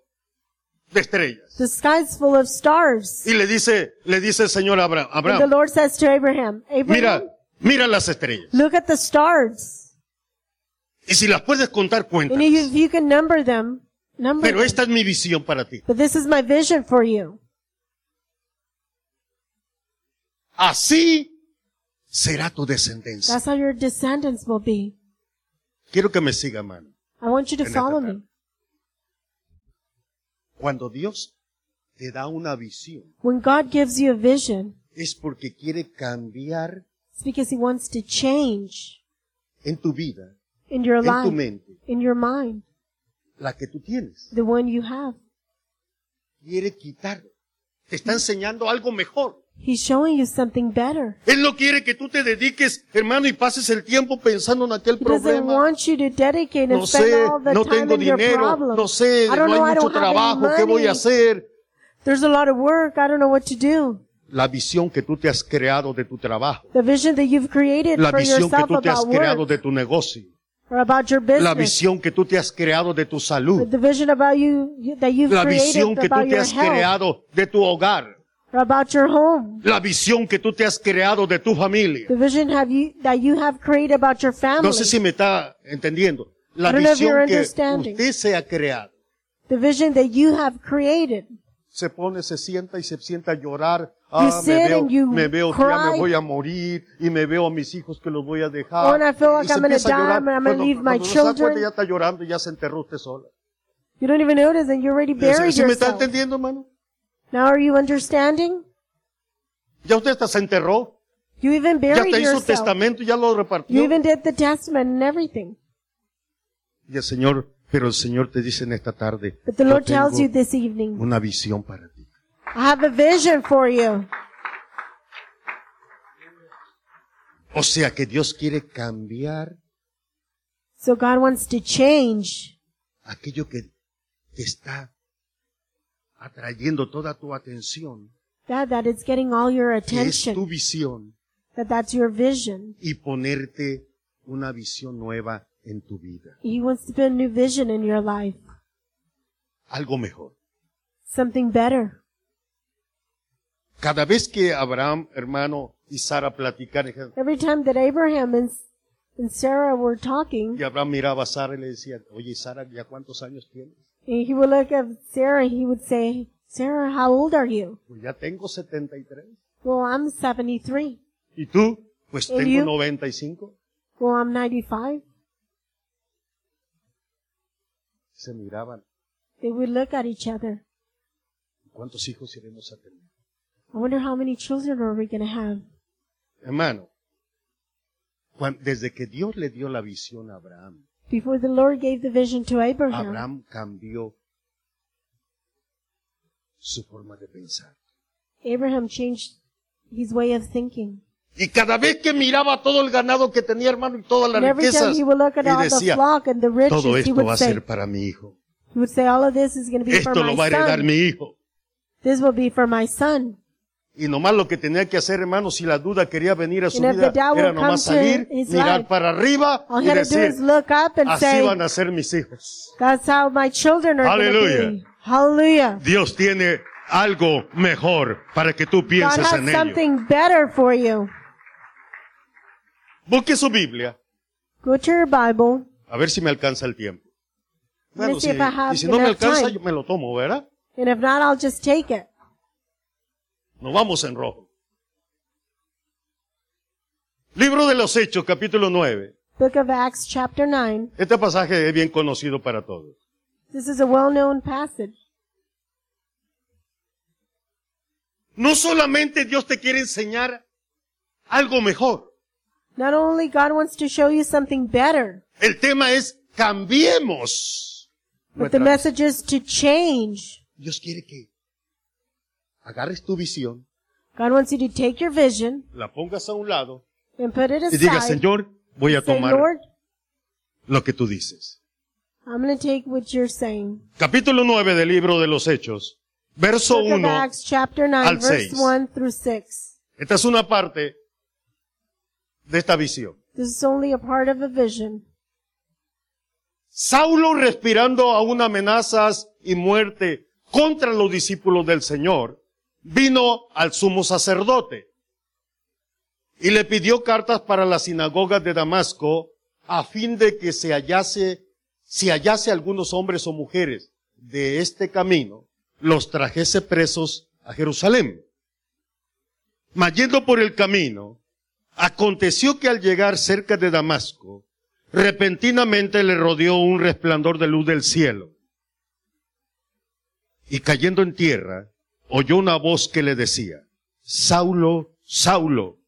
S1: de estrellas.
S2: the sky's full of stars.
S1: Y le dice, le dice el Señor a Abraham,
S2: And the
S1: Abraham,
S2: Lord says to Abraham,
S1: mira,
S2: Abraham,
S1: mira las estrellas.
S2: look at the stars.
S1: Y si las puedes contar,
S2: And if
S1: cuéntalas.
S2: you can number them, number
S1: Pero
S2: them.
S1: esta es mi visión para ti.
S2: But this is my vision for you.
S1: Así será tu descendencia.
S2: That's how your descendants will be.
S1: Quiero que me siga, hermano.
S2: I want you to
S1: En esta
S2: follow
S1: tarde.
S2: me.
S1: Cuando Dios te da una visión,
S2: When God gives you a vision,
S1: es porque quiere cambiar
S2: it's because He wants to change
S1: en tu vida,
S2: in your
S1: en tu
S2: life,
S1: mente,
S2: in your mind,
S1: la que tú tienes.
S2: the one you have.
S1: quiere quitar. Te está enseñando algo mejor.
S2: He's showing you something better.
S1: Él no quiere que tú te dediques, hermano, y pases el tiempo pensando en aquel
S2: He doesn't
S1: problema.
S2: want you to dedicate and
S1: No
S2: spend
S1: sé,
S2: all the
S1: no
S2: time
S1: tengo
S2: in your
S1: dinero,
S2: problem.
S1: no sé,
S2: I
S1: no
S2: don't know, I
S1: hay mucho
S2: don't have any
S1: trabajo, ¿qué voy
S2: money.
S1: a hacer?
S2: There's a lot of work. I don't know what to do.
S1: La visión que tú te has creado de tu trabajo,
S2: The vision that you've created
S1: la
S2: for
S1: visión que
S2: yourself
S1: tú te has
S2: about
S1: creado
S2: work
S1: de tu negocio,
S2: or about your
S1: la
S2: business,
S1: visión que tú te has creado de tu salud,
S2: the vision about you you- that you've
S1: la visión
S2: created
S1: que tú
S2: about
S1: te
S2: your
S1: has
S2: health
S1: creado de tu hogar,
S2: or about your home,
S1: la visión que tú te has creado de tu familia.
S2: the vision have you that you have created about your family,
S1: No sé si me está entendiendo. La
S2: I don't know if
S1: visión
S2: you're
S1: que
S2: understanding.
S1: usted se ha creado.
S2: the vision that you have created.
S1: Se pone, se sienta y se sienta a llorar. Ah,
S2: You
S1: me
S2: sit
S1: veo,
S2: and you
S1: me veo que ya me
S2: cry.
S1: voy a morir y me veo a mis hijos que los voy a dejar.
S2: Oh, and I feel like
S1: y se
S2: I'm gonna
S1: empieza a
S2: die,
S1: llorar.
S2: I'm gonna
S1: Cuando-
S2: leave my
S1: cuando se da cuenta,
S2: children.
S1: ya está llorando y ya se enterró usted sola.
S2: You don't even notice and you already
S1: ¿Sí
S2: buried
S1: sí me está
S2: yourself.
S1: entendiendo, hermano?
S2: Now are you understanding?
S1: Ya usted hasta se enterró.
S2: You even
S1: Ya
S2: buried
S1: te hizo
S2: yourself.
S1: testamento, ya lo repartió.
S2: You even did the testament and everything.
S1: Y el Señor, pero el Señor te dice en esta tarde,
S2: But the
S1: yo
S2: Lord tells
S1: tengo
S2: you this evening,
S1: una visión para ti.
S2: I have a vision for you.
S1: O sea que Dios quiere cambiar
S2: So God wants to change
S1: aquello que te está atrayendo toda tu atención,
S2: that, that it's getting all your
S1: que es tu
S2: attention,
S1: visión,
S2: that that's your vision.
S1: y ponerte una visión nueva en tu vida,
S2: He wants to put a new vision in your life,
S1: algo mejor.
S2: something better.
S1: Cada vez que Abraham, hermano, y Sara platicaron,
S2: Every time that Abraham and, and Sarah were talking,
S1: y Abraham miraba a Sara y le decía, oye Sara, ¿ya cuántos años tienes?
S2: and he would look at Sarah, he would say, Sarah, how old are you?
S1: Pues ya tengo 73.
S2: Well, I'm 73.
S1: ¿Y tú? Pues
S2: And
S1: tengo
S2: you?
S1: 95.
S2: Well, I'm 95.
S1: Se miraban.
S2: They would look at each other.
S1: ¿Cuántos hijos iremos a tener?
S2: I wonder how many children are we going to have?
S1: Hermano, cuan- desde que Dios le dio la visión a Abraham,
S2: Before the Lord gave the vision to Abraham,
S1: Abraham cambió su forma de pensar.
S2: Abraham changed his way of thinking.
S1: Y cada vez que miraba todo el ganado que tenía, hermano, y todas las
S2: And every time
S1: riquezas,
S2: he would look at all
S1: y
S2: the
S1: decía,
S2: flock and the riches,
S1: todo
S2: he
S1: esto va a
S2: would say,
S1: ser para mi hijo.
S2: he would say, all of this is going to be
S1: Esto
S2: for
S1: lo va
S2: my
S1: a heredar
S2: son.
S1: mi hijo.
S2: This will be for my son.
S1: Y nomás lo que tenía que hacer, hermano, si la duda quería venir a su
S2: And if
S1: vida,
S2: the devil
S1: era nomás
S2: comes to
S1: salir,
S2: his
S1: mirar
S2: life,
S1: para arriba
S2: All
S1: y
S2: he had to do
S1: decir,
S2: is look up and
S1: así
S2: say,
S1: van a ser mis hijos.
S2: that's how my children are going to
S1: Hallelujah.
S2: be. Hallelujah.
S1: Dios tiene algo mejor para que tú
S2: God
S1: pienses en
S2: has
S1: ello.
S2: something better for you.
S1: Busque su Biblia,
S2: Go to your Bible.
S1: a ver si me alcanza el tiempo.
S2: Let
S1: Bueno,
S2: me
S1: si-
S2: see if I have
S1: y si no me
S2: enough
S1: alcanza,
S2: time.
S1: yo me lo tomo, ¿verdad?
S2: And if not, I'll just take it.
S1: Nos vamos en rojo. Libro de los Hechos, capítulo 9.
S2: Book of Acts, chapter 9.
S1: Este pasaje es bien conocido para todos.
S2: This is a well-known passage.
S1: No solamente Dios te quiere enseñar algo mejor.
S2: Not only God wants to show you something better,
S1: El tema es cambiemos.
S2: but the
S1: nuestra-
S2: message is to change.
S1: Dios quiere que agarres tu visión,
S2: God wants you to take your vision
S1: la pongas a un lado
S2: and put it
S1: y digas,
S2: aside.
S1: Señor, voy a
S2: Say,
S1: tomar
S2: Lord,
S1: lo que tú dices.
S2: I'm going to take what you're saying.
S1: Capítulo 9 del libro de los Hechos, verso
S2: Book of
S1: 1.
S2: Acts, chapter
S1: al
S2: 9, verse
S1: seis.
S2: 1 through 6.
S1: Esta es una parte de esta visión.
S2: This is only a part of a vision.
S1: Saulo respirando aún amenazas y muerte contra los discípulos del Señor, vino al sumo sacerdote y le pidió cartas para las sinagogas de Damasco a fin de que se hallase, si hallase algunos hombres o mujeres de este camino, los trajese presos a Jerusalén. Mas yendo por el camino, aconteció que al llegar cerca de Damasco, repentinamente le rodeó un resplandor de luz del cielo. Y cayendo en tierra, oyó una voz que le decía, Saulo, Saulo,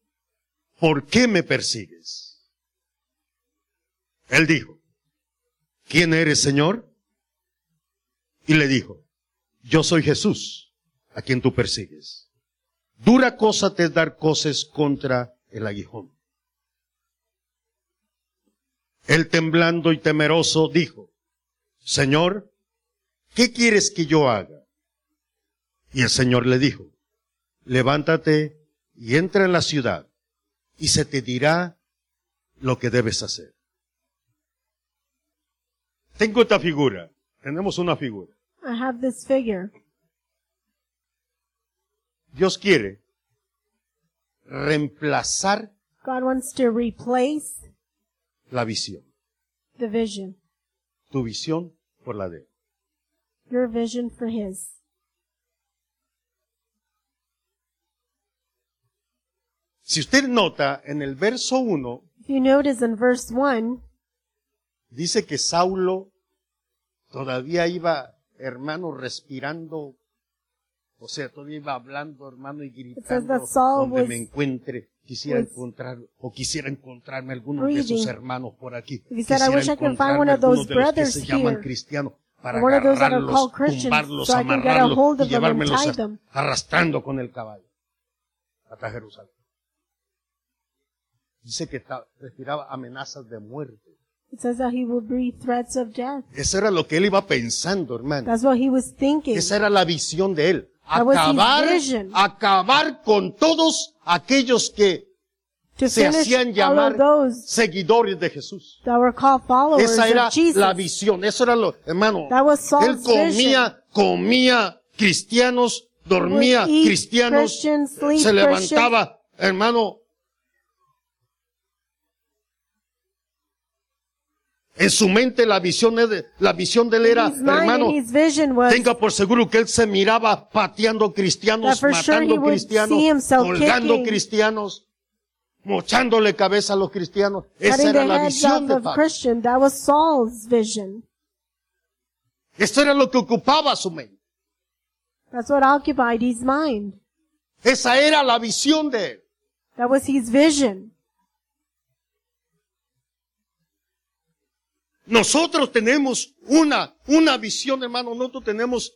S1: ¿por qué me persigues? Él dijo, ¿quién eres, Señor? Y le dijo, yo soy Jesús, a quien tú persigues. Dura cosa te es dar coces contra el aguijón. Él temblando y temeroso dijo, Señor, ¿qué quieres que yo haga? Y el Señor le dijo, levántate y entra en la ciudad y se te dirá lo que debes hacer. Tengo esta figura, tenemos una figura.
S2: I have this figure.
S1: Dios quiere reemplazar
S2: God wants to replace
S1: la visión,
S2: the vision.
S1: tu visión por la de Él.
S2: Your vision for His.
S1: Si usted nota en el verso 1,
S2: If you notice in verse 1,
S1: Dice que Saulo todavía iba, hermano, respirando. O sea, todavía iba hablando, hermano, y
S2: says
S1: gritando
S2: that Saul
S1: donde
S2: was-
S1: me encuentre. Quisiera
S2: was
S1: encontrar, o quisiera encontrarme algunos de sus
S2: breathing.
S1: hermanos por aquí.
S2: He said,
S1: Quisiera
S2: "I wish I could
S1: encontrarme
S2: find one of
S1: algunos
S2: those
S1: de los que
S2: brothers
S1: se llaman
S2: here.
S1: cristianos para
S2: One of those that are
S1: agarrarlos,
S2: called Christians,
S1: tumbarlos,
S2: so I can get a
S1: amarrarlos
S2: hold
S1: y
S2: of them and
S1: llevármelos
S2: tie
S1: a-
S2: them."
S1: arrastrando con el caballo hasta Jerusalén. Dice que ta- respiraba amenazas de muerte.
S2: it says that he will breathe threats of death.
S1: Eso era lo que él iba pensando, hermano.
S2: That's what he was thinking.
S1: Esa era la visión de él.
S2: That was his
S1: Acabar,
S2: vision.
S1: acabar con todos aquellos que
S2: To
S1: se
S2: finish
S1: hacían
S2: all
S1: llamar
S2: of those
S1: seguidores de Jesús.
S2: that were called followers
S1: Esa era
S2: of Jesus.
S1: la visión. Eso era lo, hermano.
S2: That was Saul's
S1: Él comía, comía cristianos, dormía
S2: Would eat
S1: cristianos,
S2: Christians, sleep
S1: se
S2: Christians.
S1: levantaba, hermano. En su mente la visión, de- la visión de él era,
S2: his mind
S1: hermano,
S2: and his vision was
S1: Tenga por seguro que él se miraba pateando cristianos,
S2: That for sure
S1: matando
S2: he would see
S1: cristianos,
S2: himself
S1: colgando
S2: kicking.
S1: cristianos, mochándole cabeza a los cristianos. Esa
S2: cutting
S1: era
S2: the
S1: la
S2: heads off
S1: visión de
S2: of
S1: Pablo.
S2: Christian. That was Saul's vision.
S1: Esto era lo que ocupaba su mente.
S2: That's what occupied his mind.
S1: Esa era la visión de él.
S2: That was his vision.
S1: Nosotros tenemos una, una visión, hermano. Nosotros tenemos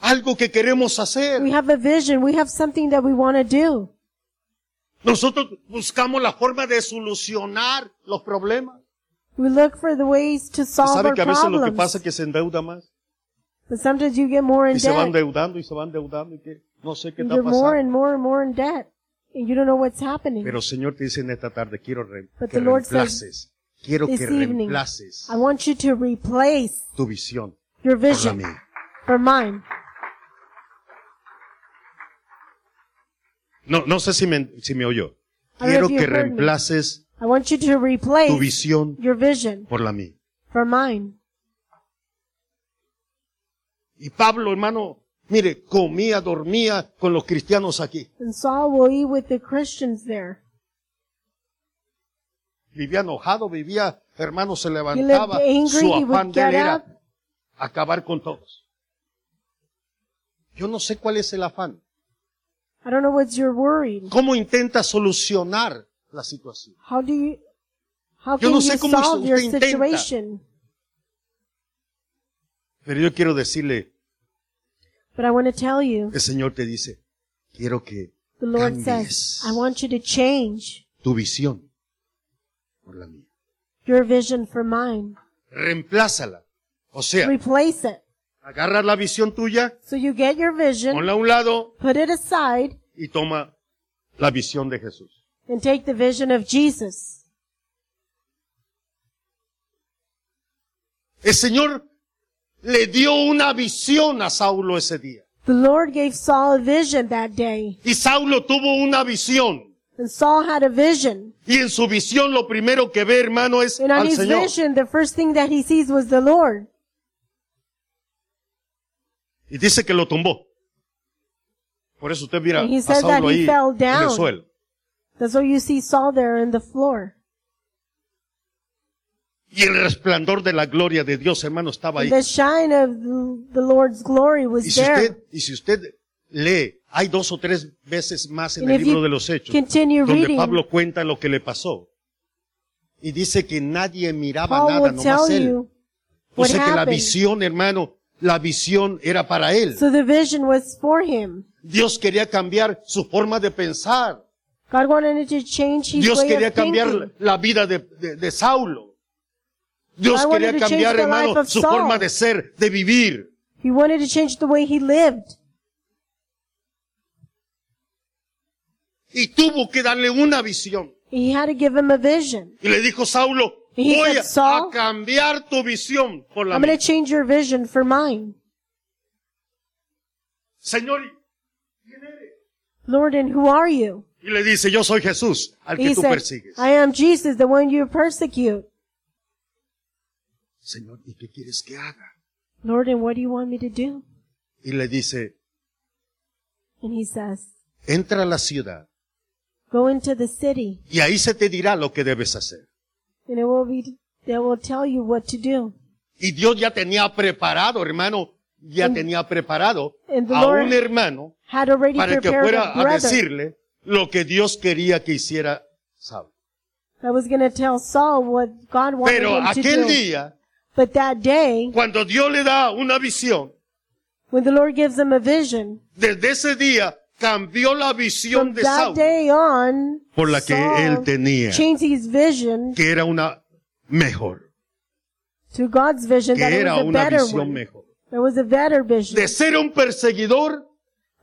S1: algo que queremos hacer.
S2: We have a vision. We have something that we want to do.
S1: Nosotros buscamos la forma de solucionar los problemas.
S2: We look for the ways to solve
S1: ¿Sabe
S2: our
S1: que a veces lo que pasa
S2: problems.
S1: es que se endeuda más?
S2: But sometimes you get more in
S1: Y se va
S2: debt.
S1: endeudando y se va endeudando y que no sé qué
S2: You
S1: está
S2: get more
S1: pasando.
S2: and more and more in debt. And you don't know what's happening.
S1: Pero el Señor te dice en esta tarde, quiero re-
S2: But
S1: que
S2: the Lord says,
S1: reemplaces, quiero
S2: This
S1: que
S2: evening,
S1: reemplaces
S2: I want you to replace
S1: tu visión
S2: your
S1: por la
S2: vision
S1: mía.
S2: for mine.
S1: No, no sé si me, si me oyó.
S2: I don't
S1: Quiero
S2: know if you
S1: que
S2: heard me.
S1: reemplaces
S2: I want you to
S1: tu
S2: replace
S1: visión
S2: your vision
S1: por la mía.
S2: for mine.
S1: Y Pablo, hermano, mire, comía, dormía con los cristianos aquí.
S2: And Saul will eat with the Christians there.
S1: Vivía enojado, vivía, hermano, se
S2: He
S1: levantaba.
S2: lived angry.
S1: Su
S2: He
S1: afán
S2: would
S1: de él
S2: get
S1: era
S2: up.
S1: acabar con todos. Yo no sé cuál es el afán.
S2: I don't know what's your worried.
S1: ¿Cómo intenta solucionar la situación?
S2: How do you, how
S1: Yo
S2: can
S1: no
S2: you
S1: sé cómo
S2: solve
S1: usted
S2: your
S1: intenta.
S2: situation?
S1: Pero yo quiero decirle,
S2: But I want to tell you,
S1: el Señor te dice, quiero que
S2: the Lord
S1: Cambies.
S2: says, I want you to change
S1: tu visión por la mía.
S2: your vision for mine.
S1: Reemplázala. O sea,
S2: Replace it.
S1: agarra la visión tuya,
S2: So you get your vision,
S1: ponla a un lado
S2: put it aside,
S1: y toma la visión de Jesús.
S2: and take the vision of Jesus.
S1: El Señor le dio una visión a Saulo ese día.
S2: The Lord gave Saul a vision that day,
S1: Y Saulo tuvo una visión.
S2: and Saul had a vision.
S1: Y en su visión lo primero que ve, hermano, es
S2: And on
S1: al
S2: his
S1: Señor.
S2: vision, the first thing that he sees was the Lord.
S1: Y dice que lo tumbó. Por eso usted mira
S2: And he
S1: a
S2: said
S1: Saulo
S2: that he
S1: ahí
S2: fell
S1: en el
S2: down.
S1: suelo.
S2: That's why you see Saul there in the floor.
S1: Y el resplandor de la gloria de Dios, hermano, estaba ahí.
S2: The shine of the Lord's glory
S1: Y
S2: was
S1: si
S2: there.
S1: usted, y si usted lee, hay dos o tres veces más en
S2: And
S1: el
S2: if you
S1: libro de los Hechos,
S2: continue
S1: donde
S2: reading,
S1: Pablo cuenta lo que le pasó. Y dice que nadie miraba
S2: Paul
S1: nada,
S2: will
S1: nomás
S2: tell
S1: él.
S2: you
S1: O
S2: what
S1: sea que la
S2: happened.
S1: visión, hermano, la visión era para él.
S2: So the vision was for him.
S1: Dios quería cambiar su forma de pensar.
S2: God wanted him to change his
S1: Dios
S2: way
S1: quería
S2: of thinking.
S1: cambiar la vida de, de- de Saulo. Dios
S2: I wanted
S1: quería
S2: to change
S1: cambiar,
S2: the life
S1: hermano,
S2: of
S1: su
S2: Saul.
S1: forma de ser, de vivir.
S2: He wanted to change the way he lived.
S1: Y tuvo que darle una visión.
S2: He had to give him a vision.
S1: Y le dijo Saulo,
S2: Y he
S1: voy
S2: said,
S1: a- a
S2: "Saul,
S1: cambiar tu visión por la
S2: I'm going
S1: mía.
S2: to change your vision for mine.
S1: Señor, ¿quién eres?
S2: Lord, and who are you?
S1: Y le dice, yo soy Jesús, al que
S2: He
S1: tú
S2: said,
S1: persigues.
S2: I am Jesus, the one you persecute.
S1: Señor, ¿y qué quieres que haga?
S2: Lord, and what do you want me to do?
S1: Y le dice,
S2: And he says,
S1: entra a la ciudad
S2: Go into the city,
S1: y ahí se te dirá lo que debes hacer.
S2: and it will be they will tell you what to do.
S1: Y Dios ya tenía preparado, hermano, ya
S2: And-
S1: tenía preparado
S2: and the
S1: a
S2: Lord
S1: un hermano
S2: Had already
S1: para que
S2: prepared
S1: fuera
S2: a
S1: a
S2: brother
S1: decirle lo que Dios quería que hiciera Saulo.
S2: that was going to tell Saul what God wanted
S1: Pero
S2: him to
S1: aquel
S2: do.
S1: día,
S2: but that day,
S1: cuando Dios le da una visión,
S2: when the Lord gives him a vision,
S1: Desde ese día cambió la visión
S2: from
S1: de
S2: that
S1: Saulo,
S2: day on,
S1: Por la que él
S2: Saul
S1: tenía.
S2: changed his vision
S1: que era una mejor,
S2: to God's vision
S1: que
S2: that it
S1: era
S2: was a
S1: una
S2: better
S1: visión
S2: one.
S1: mejor.
S2: There was a better vision.
S1: De ser un perseguidor,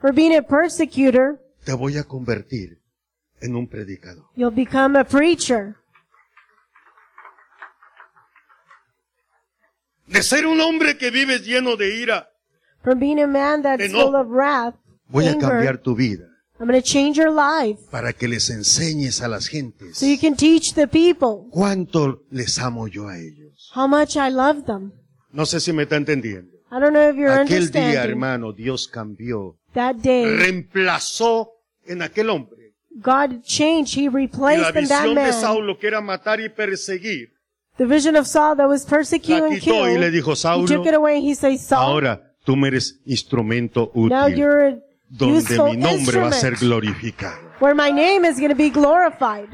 S2: For being a persecutor,
S1: te voy a convertir en un predicador.
S2: you'll become a preacher.
S1: De ser un hombre que vive lleno de ira,
S2: From being a man that's
S1: Enojo.
S2: full of wrath,
S1: voy a
S2: anger,
S1: cambiar tu vida
S2: I'm going to change your life
S1: para que les enseñes a las gentes
S2: so you can teach the people
S1: cuánto les amo yo a ellos.
S2: how much I love them.
S1: No sé si me está entendiendo.
S2: I don't know if you're
S1: Aquel día,
S2: understanding.
S1: hermano, Dios cambió,
S2: that day,
S1: reemplazó en aquel hombre
S2: God changed. He
S1: Y la
S2: replaced in that
S1: visión de
S2: man
S1: Saulo que era matar y perseguir
S2: The vision of Saul that was
S1: La
S2: persecuting and
S1: quitó y le
S2: killed,
S1: dijo,
S2: he took it
S1: Saulo,
S2: away and he said, Saul,
S1: ahora tú me eres instrumento
S2: now
S1: útil
S2: you're a
S1: donde
S2: useful
S1: mi nombre va a ser
S2: instrument
S1: glorificado.
S2: where my name is going to be glorified.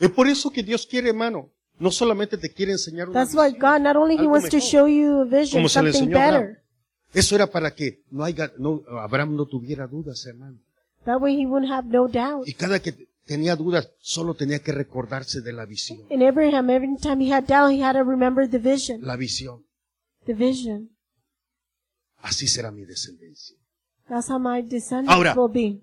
S1: Es por eso que Dios quiere, hermano. No solamente te quiere enseñar una
S2: That's why
S1: visión.
S2: God, not only he
S1: Algo
S2: wants to
S1: mejor.
S2: show you a vision,
S1: Como se le
S2: something
S1: enseñó a Abraham.
S2: better.
S1: Eso era para que no haya, no, Abraham no tuviera dudas, hermano.
S2: That way he wouldn't have no doubt.
S1: Y cada que tenía dudas, solo tenía que recordarse de la visión.
S2: In Abraham, every time he had doubt, he had to remember the vision.
S1: La visión.
S2: The vision.
S1: Así será mi descendencia.
S2: That's how my descendants
S1: Ahora.
S2: will be.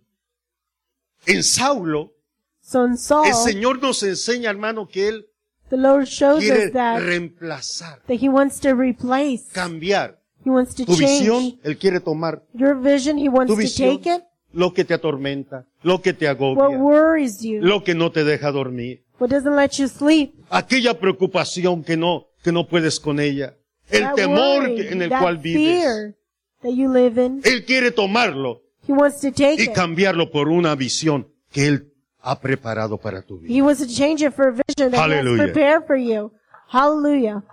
S1: En Saulo,
S2: So in
S1: el
S2: Saul,
S1: Señor nos enseña, hermano, que Él
S2: the Lord shows
S1: quiere
S2: us that,
S1: reemplazar,
S2: that he wants to replace.
S1: cambiar.
S2: He wants to
S1: Tu
S2: change.
S1: visión, Él quiere tomar.
S2: Your vision, he wants
S1: Tu
S2: to
S1: visión,
S2: take it.
S1: lo que te atormenta, lo que te
S2: What
S1: agobia,
S2: worries you,
S1: lo que no te deja dormir,
S2: what doesn't let you sleep,
S1: aquella preocupación que no, que no puedes con ella, el
S2: that
S1: temor
S2: worry,
S1: que- en el
S2: that
S1: cual vives.
S2: fear that you live in.
S1: Él quiere tomarlo
S2: He wants to take
S1: y
S2: it.
S1: cambiarlo por una visión que Él ha preparado para tu vida.
S2: He wants to change it for a vision that he
S1: Hallelujah.
S2: has prepared for you. Hallelujah.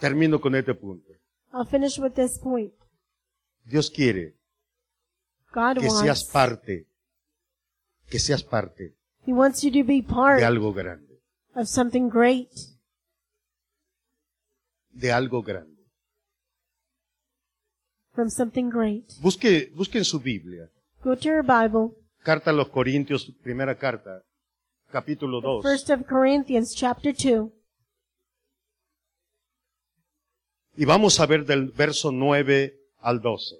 S1: Termino con este punto.
S2: I'll finish with this point.
S1: Dios quiere
S2: God
S1: que seas
S2: wants.
S1: parte, que seas parte
S2: He wants you to be
S1: de
S2: part
S1: algo grande,
S2: of something great.
S1: de algo grande.
S2: From something great.
S1: Busque, busque en su Biblia,
S2: Go to your Bible.
S1: carta a los Corintios, primera carta, capítulo 2,
S2: First of Corinthians chapter 2.
S1: y vamos a ver del verso 9 al 12.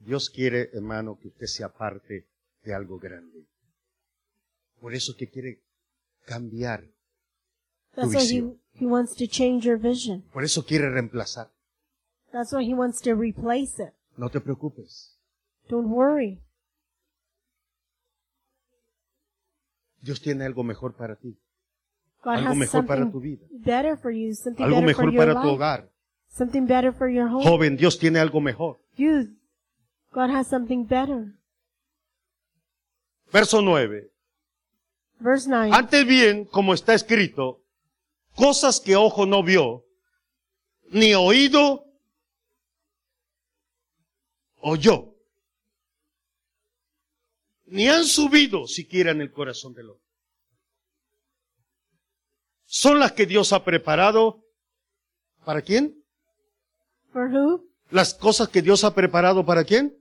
S1: Dios quiere, hermano, que usted sea parte de algo grande. Por eso que quiere cambiar,
S2: That's why he,
S1: visión.
S2: he wants to change your vision.
S1: por eso quiere reemplazar.
S2: That's why he wants to replace it.
S1: No te preocupes.
S2: Don't worry.
S1: Dios tiene algo mejor para ti,
S2: God
S1: Algo
S2: has
S1: mejor para
S2: something
S1: tu vida.
S2: better for you. Something
S1: algo
S2: better for
S1: mejor
S2: your
S1: para tu
S2: life.
S1: hogar.
S2: Something better for your home.
S1: Joven, Dios tiene algo mejor.
S2: Youth. God has something better.
S1: Verso 9.
S2: Verse 9.
S1: Antes bien, como está escrito, cosas que ojo no vio, ni oído oyó, ni han subido siquiera en el corazón del hombre. Son las que Dios ha preparado. ¿Para quién?
S2: For who?
S1: Las cosas que Dios ha preparado para quién?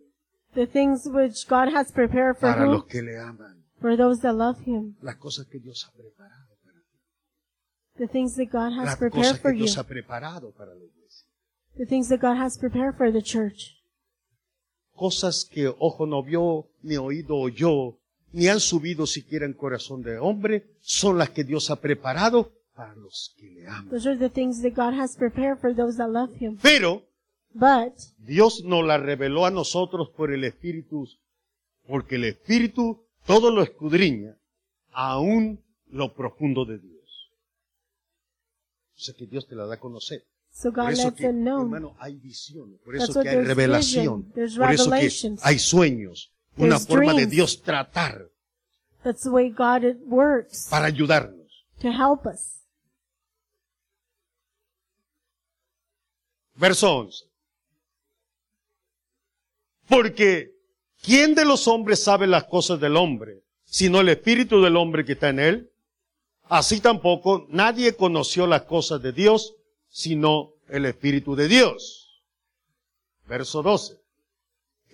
S2: The things which God has prepared for
S1: Para
S2: who?
S1: los que le aman.
S2: For those that love Him.
S1: Las cosas que Dios ha preparado.
S2: The things that God has
S1: Las
S2: prepared
S1: cosas
S2: for
S1: que
S2: you.
S1: Dios ha preparado para la iglesia.
S2: The things that God has prepared for the church.
S1: cosas que ojo no vio, ni oído oyó, ni han subido siquiera en corazón de hombre, son las que Dios ha preparado para los que le aman.
S2: Those are the things that God has prepared for those that love Him.
S1: Pero
S2: But
S1: Dios nos las reveló a nosotros por el Espíritu, porque el Espíritu todo lo escudriña, aún lo profundo de Dios. O sea que Dios te la da a conocer.
S2: so
S1: Por
S2: God
S1: eso
S2: lets
S1: que,
S2: them know.
S1: hermano, hay visión, por
S2: That's
S1: eso
S2: what
S1: que hay
S2: there's
S1: revelación,
S2: vision, there's
S1: por eso que
S2: revelations.
S1: hay sueños, una
S2: There's
S1: forma de
S2: dreams.
S1: Dios tratar
S2: That's the way God it works
S1: para ayudarnos.
S2: to help us.
S1: Verso 11. Porque, ¿quién de los hombres sabe las cosas del hombre, sino el espíritu del hombre que está en él? Así tampoco nadie conoció las cosas de Dios, sino el espíritu de Dios. Verso 12.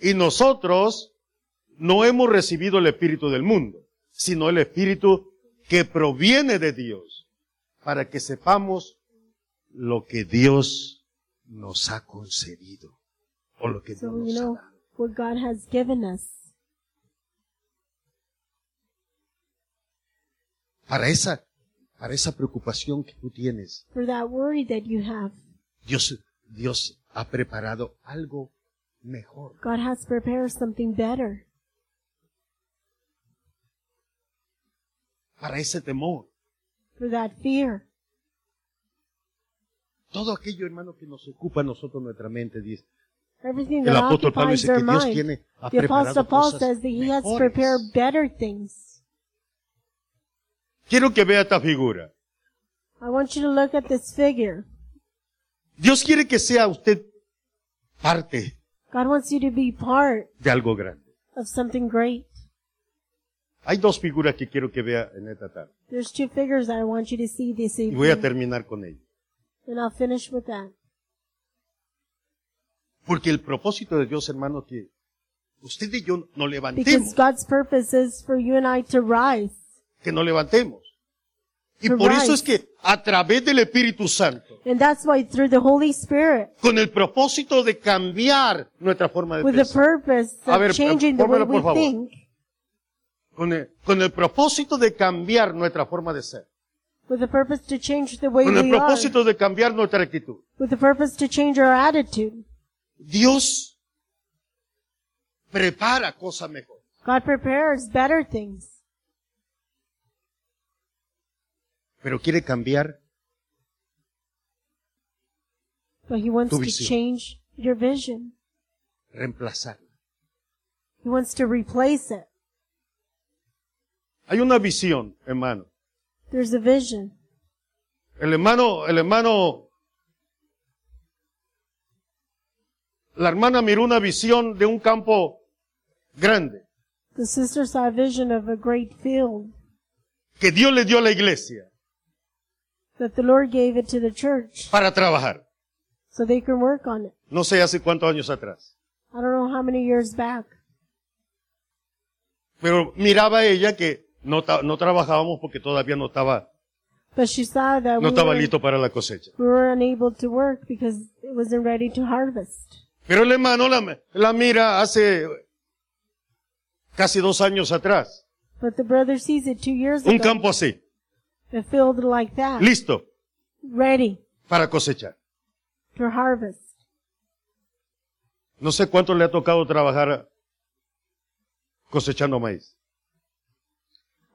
S1: Y nosotros no hemos recibido el espíritu del mundo, sino el espíritu que proviene de Dios, para que sepamos lo que Dios nos ha concedido o lo que
S2: So
S1: Dios
S2: you
S1: nos ha
S2: know
S1: dado.
S2: what God has given us.
S1: Para esa, para esa preocupación que tú tienes,
S2: For that worry that you have.
S1: Dios, Dios ha preparado algo mejor.
S2: God has prepared something better.
S1: Para ese temor,
S2: For that fear.
S1: todo aquello, hermano, que nos ocupa a nosotros nuestra mente, dice,
S2: Everything
S1: El
S2: that
S1: apóstol Pablo
S2: occupies
S1: dice que
S2: their
S1: Dios
S2: mind.
S1: tiene ha
S2: the Apostle
S1: preparado
S2: Paul
S1: cosas
S2: says that he has
S1: mejores.
S2: prepared better things.
S1: Quiero que vea esta figura.
S2: I want you to look at this figure.
S1: Dios quiere que sea usted parte
S2: God wants you to be part
S1: de algo grande.
S2: of something great.
S1: Hay dos figuras que quiero que vea en esta tarde.
S2: There's two figures that I want you to see this
S1: Y voy a
S2: evening.
S1: terminar con ellas.
S2: And I'll finish with that.
S1: Porque el propósito de Dios, hermano, que usted y yo nos levantemos,
S2: Because God's purpose is for you and I to rise.
S1: que nos levantemos. Y
S2: To
S1: por eso
S2: rise.
S1: es que a través del Espíritu Santo,
S2: And that's why through the Holy Spirit,
S1: con el propósito de cambiar nuestra forma de
S2: with the
S1: pensar,
S2: purpose
S1: A ver,
S2: of changing the way
S1: pónmelo, por
S2: we
S1: favor.
S2: think,
S1: con el, con el propósito de cambiar nuestra forma de ser,
S2: with the purpose to change the way
S1: con el
S2: we are,
S1: propósito de cambiar nuestra actitud.
S2: with the purpose to change our attitude,
S1: Dios prepara cosas mejores.
S2: God prepares better things.
S1: Pero quiere cambiar.
S2: But he wants
S1: Tu
S2: to
S1: visión.
S2: change your vision.
S1: reemplazarla.
S2: He wants to replace it.
S1: Hay una visión, hermano.
S2: There's a vision.
S1: El hermano, el hermano, la hermana miró una visión de un campo grande
S2: The sister saw a vision of a great field
S1: que Dios le dio a la iglesia
S2: that the Lord gave it to the church
S1: para trabajar.
S2: so they can work on it.
S1: No sé hace cuántos años atrás.
S2: I don't know how many years back.
S1: Pero miraba ella que no, ta- no trabajábamos porque todavía no estaba,
S2: But she saw
S1: no
S2: that we,
S1: estaba
S2: were,
S1: listo para la cosecha.
S2: we were unable to work because it wasn't ready to harvest.
S1: Pero el hermano la, la mira hace casi dos años atrás.
S2: But the brother sees it two years
S1: Un
S2: ago.
S1: campo así,
S2: A field like that.
S1: listo
S2: ready
S1: para cosechar.
S2: to harvest.
S1: No sé cuánto le ha tocado trabajar cosechando maíz.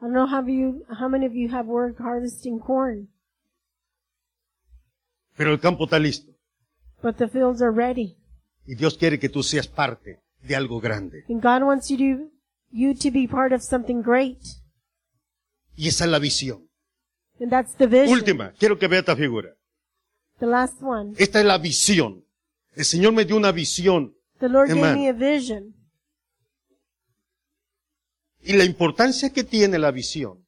S2: I don't know how you, how many of you have worked harvesting corn,
S1: Pero el campo está listo.
S2: but the fields are ready.
S1: Y Dios quiere que tú seas parte de algo grande.
S2: And God wants you to you to be part of something great.
S1: Y esa es la visión.
S2: And that's the vision.
S1: Última, quiero que vea esta figura.
S2: The last one.
S1: Esta es la visión. El Señor me dio una visión.
S2: The Lord
S1: Amen.
S2: gave me a vision.
S1: Y la importancia que tiene la visión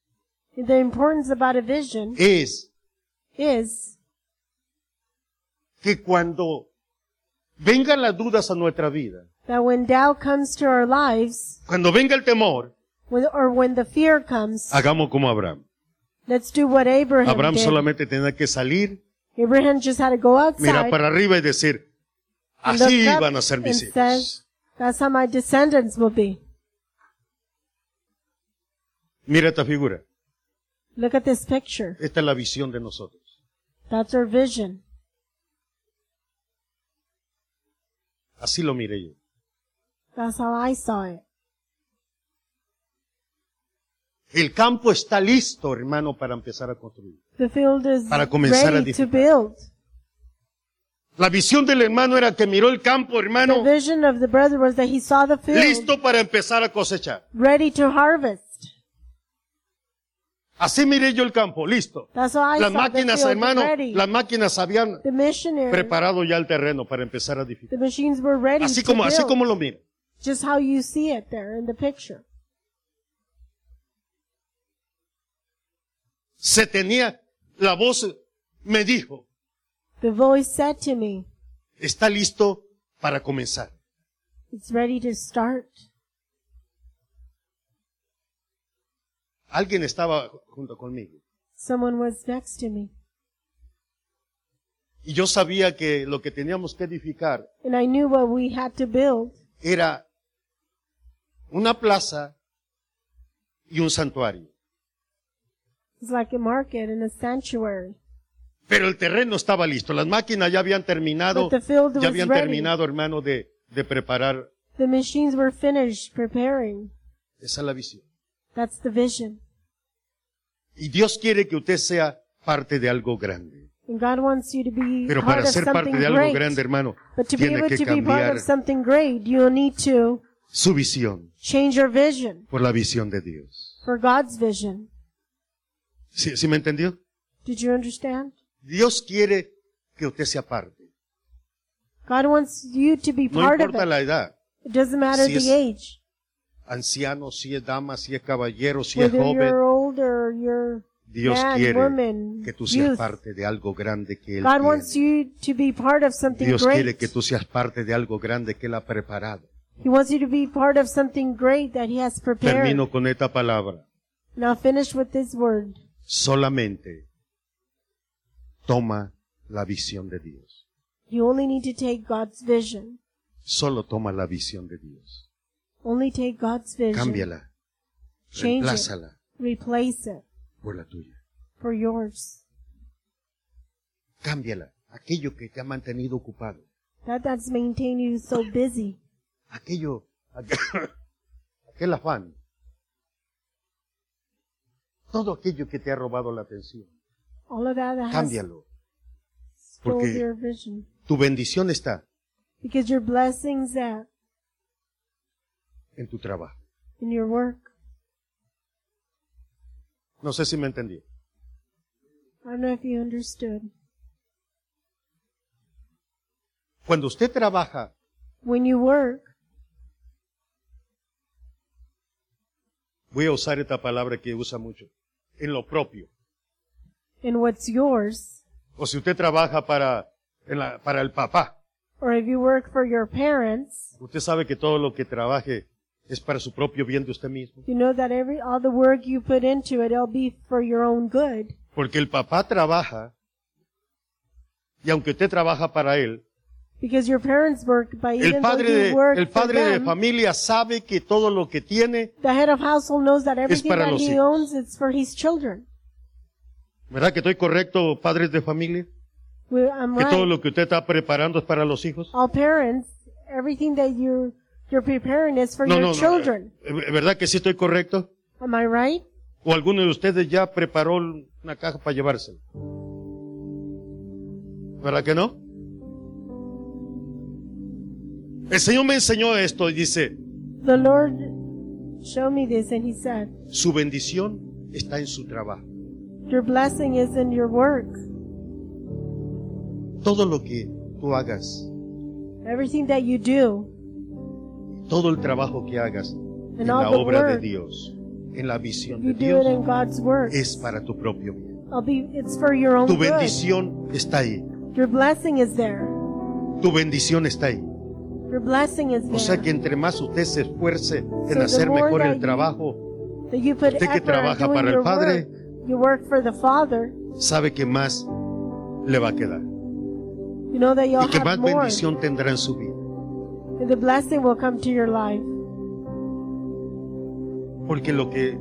S2: The importance about a vision
S1: es
S2: is
S1: que cuando vengan las dudas a nuestra vida,
S2: that when doubt comes to our lives,
S1: cuando venga el temor,
S2: when, or when the fear comes,
S1: hagamos como Abraham.
S2: let's do what Abraham
S1: Abraham
S2: did.
S1: solamente tenía que salir,
S2: Abraham just had to go
S1: mirar
S2: outside
S1: para arriba y decir,
S2: and look
S1: así
S2: up
S1: van a ser
S2: and
S1: mis hijos.
S2: says, that's how my descendants will be.
S1: Mira esta figura.
S2: Look at this picture.
S1: Esta es la visión de nosotros.
S2: That's our vision.
S1: Así lo miré yo.
S2: That's how I saw it.
S1: El campo está listo, hermano, para empezar a construir.
S2: The field is
S1: Para comenzar a
S2: ready to
S1: edificar.
S2: build.
S1: La visión del hermano era que miró el campo,
S2: The
S1: hermano,
S2: vision of the brother was that he saw the field
S1: listo para empezar a cosechar.
S2: ready to harvest.
S1: Así miré yo el campo, listo.
S2: That's how I
S1: Las
S2: saw the
S1: máquinas,
S2: field
S1: hermano,
S2: ready.
S1: las máquinas habían
S2: the missionary,
S1: preparado ya el terreno para empezar a edificar.
S2: the machines were ready
S1: Así
S2: to
S1: como,
S2: build.
S1: así como lo mira.
S2: Just how you see it there in the picture.
S1: Se tenía, la voz me dijo,
S2: The voice said to me,
S1: está listo para comenzar.
S2: it's ready to start.
S1: Alguien estaba junto conmigo.
S2: Someone was next to me.
S1: Y yo sabía que lo que teníamos que edificar
S2: And I knew what we had to build
S1: era una plaza y un santuario.
S2: It's like a market and a sanctuary.
S1: Pero el terreno estaba listo, las máquinas ya habían terminado,
S2: But the field was
S1: ya habían
S2: ready.
S1: terminado, hermano, de, de preparar.
S2: The machines were finished preparing.
S1: Esa es la visión.
S2: That's the vision.
S1: Y Dios quiere que usted sea parte de algo grande.
S2: And God wants you to be
S1: Pero
S2: part
S1: para
S2: of
S1: ser parte
S2: something
S1: de algo
S2: great.
S1: grande, hermano,
S2: but to be
S1: tiene
S2: able
S1: que
S2: to be part
S1: cambiar
S2: of something great, you need to
S1: su visión
S2: change your vision
S1: por la visión de Dios.
S2: for God's vision.
S1: ¿Sí, sí me entendió?
S2: Did you understand?
S1: Dios quiere que usted sea parte.
S2: God wants you to be
S1: No
S2: part of
S1: importa
S2: it.
S1: la edad.
S2: It doesn't matter
S1: Si es
S2: the age.
S1: Anciano, si es dama, si es caballero, si es
S2: Whether
S1: joven.
S2: you're old or you're
S1: Dios
S2: man,
S1: quiere
S2: woman,
S1: que tú seas
S2: youth.
S1: parte de algo grande que Él
S2: God
S1: tiene.
S2: wants you to be part of something
S1: Dios
S2: great.
S1: quiere que tú seas parte de algo grande que Él ha preparado.
S2: He wants you to be part of something great that He has prepared.
S1: Termino con esta palabra.
S2: Now finish with this word.
S1: Solamente toma la visión de Dios.
S2: You only need to take God's vision.
S1: Solo toma la visión de Dios.
S2: Only take God's vision.
S1: Cámbiala.
S2: Change it.
S1: Reemplázala
S2: Replace it
S1: por la tuya.
S2: for yours.
S1: Cámbiala. Aquello que te ha mantenido ocupado.
S2: That that's maintained you so busy.
S1: Aquello, [coughs] aquel afán. Todo aquello que te ha robado la atención.
S2: All of that has
S1: Cámbialo.
S2: stole
S1: Porque-
S2: your vision.
S1: Tu bendición está
S2: Because your blessings that
S1: en tu trabajo.
S2: in your work.
S1: No sé si me entendí.
S2: I don't know if you understood.
S1: Cuando usted trabaja,
S2: When you work,
S1: voy a usar esta palabra que usa mucho, en lo propio.
S2: in what's yours,
S1: O si usted trabaja para, en la- para el papá,
S2: or if you work for your parents,
S1: usted sabe que todo lo que trabaje es para su propio bien de usted mismo.
S2: you know that every all the work you put into it, it'll be for your own good.
S1: Porque el papá trabaja, y aunque usted trabaja para él,
S2: Because your parents work, but
S1: el
S2: even though
S1: padre,
S2: you
S1: de,
S2: work
S1: el
S2: for
S1: padre de
S2: them,
S1: familia sabe que todo lo que tiene,
S2: the head of household knows that everything
S1: para
S2: that
S1: los
S2: he
S1: hijos.
S2: owns it's for his children.
S1: ¿verdad que estoy correcto, padres de familia?
S2: We- I'm
S1: Que
S2: right.
S1: todo lo que usted está preparando es para los hijos.
S2: All parents, everything that you you're preparing is for
S1: No,
S2: your
S1: no, no.
S2: children.
S1: eh, ¿Verdad que sí estoy correcto?
S2: Am I right?
S1: ¿O alguno de ustedes ya preparó una caja para llevársela? ¿Verdad que no? El Señor me enseñó esto y dice,
S2: The Lord showed me this, and He said,
S1: su bendición está en su trabajo.
S2: "Your blessing is in your work.
S1: Todo lo que tú hagas,
S2: Everything that you do,
S1: todo el trabajo que hagas en
S2: all
S1: la
S2: the
S1: obra de
S2: work.
S1: Dios, en la visión de
S2: you do
S1: Dios,
S2: it in God's work.
S1: es para tu propio bien.
S2: I'll be, it's for your own
S1: Tu
S2: good.
S1: bendición está ahí.
S2: Your blessing is there.
S1: Tu bendición está ahí.
S2: Your blessing is there.
S1: O sea que entre más usted se esfuerce en
S2: the
S1: hacer
S2: more
S1: mejor
S2: that
S1: el
S2: you-
S1: trabajo,
S2: that you put
S1: usted que
S2: effort
S1: trabaja
S2: doing
S1: para el
S2: your
S1: Padre,
S2: work. You work for the Father.
S1: sabe que más le va a quedar
S2: You know that you'll
S1: y que
S2: have
S1: más
S2: more.
S1: bendición tendrá en su vida.
S2: And the blessing will come to your life.
S1: Porque lo que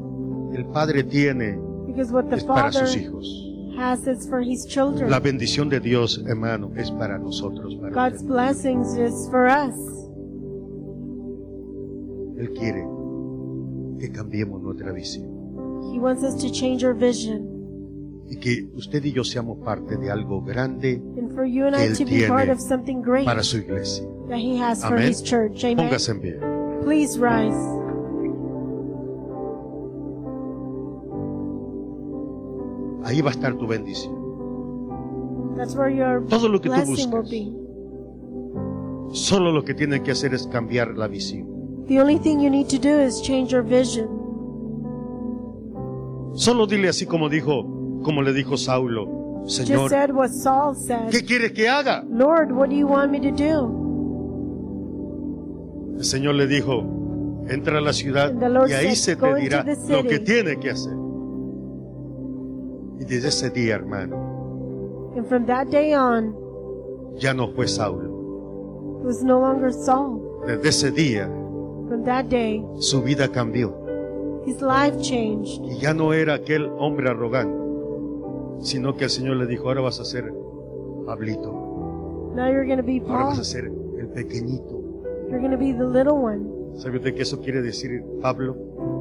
S1: el Padre tiene
S2: Because what the
S1: es para
S2: Father
S1: sus hijos.
S2: has is for His children.
S1: La bendición de Dios, hermano, es para nosotros. Para
S2: God's
S1: él.
S2: blessings is for us.
S1: Él quiere que cambiemos nuestra visión
S2: He wants us to change our vision.
S1: y que usted y yo seamos parte de algo grande
S2: And for you and
S1: Que
S2: I
S1: Él
S2: to be part
S1: tiene
S2: of something great
S1: para su iglesia.
S2: that He has for
S1: Amén.
S2: His church. Amen.
S1: Póngase en pie.
S2: Please rise.
S1: Ahí va a estar tu bendición.
S2: That's where your
S1: Todo lo que tú
S2: blessing will
S1: buscas.
S2: be.
S1: Solo lo que tiene que hacer es cambiar la visión.
S2: The only thing you need to do is change your vision.
S1: Solo dile así como dijo, como le dijo Saulo,
S2: Just
S1: Señor,
S2: said what Saul said.
S1: ¿qué quieres que haga?
S2: Lord, what do you want me to do?
S1: El Señor le dijo, entra a la ciudad
S2: And the Lord
S1: y ahí se
S2: said,
S1: te
S2: "Go into
S1: dirá lo
S2: the city."
S1: que tiene que hacer. Y desde ese día, hermano,
S2: And from that day on,
S1: ya no fue Saulo.
S2: it was no longer Saul.
S1: Desde ese día,
S2: From that day,
S1: su vida cambió.
S2: his life changed.
S1: Y ya no era aquel hombre arrogante, sino que el Señor le dijo, ahora vas a ser Pablito,
S2: Now you're going to be
S1: ahora vas
S2: Paul.
S1: a ser el pequeñito.
S2: You're going to be the little one.
S1: ¿Sabe usted qué eso quiere decir, Pablo?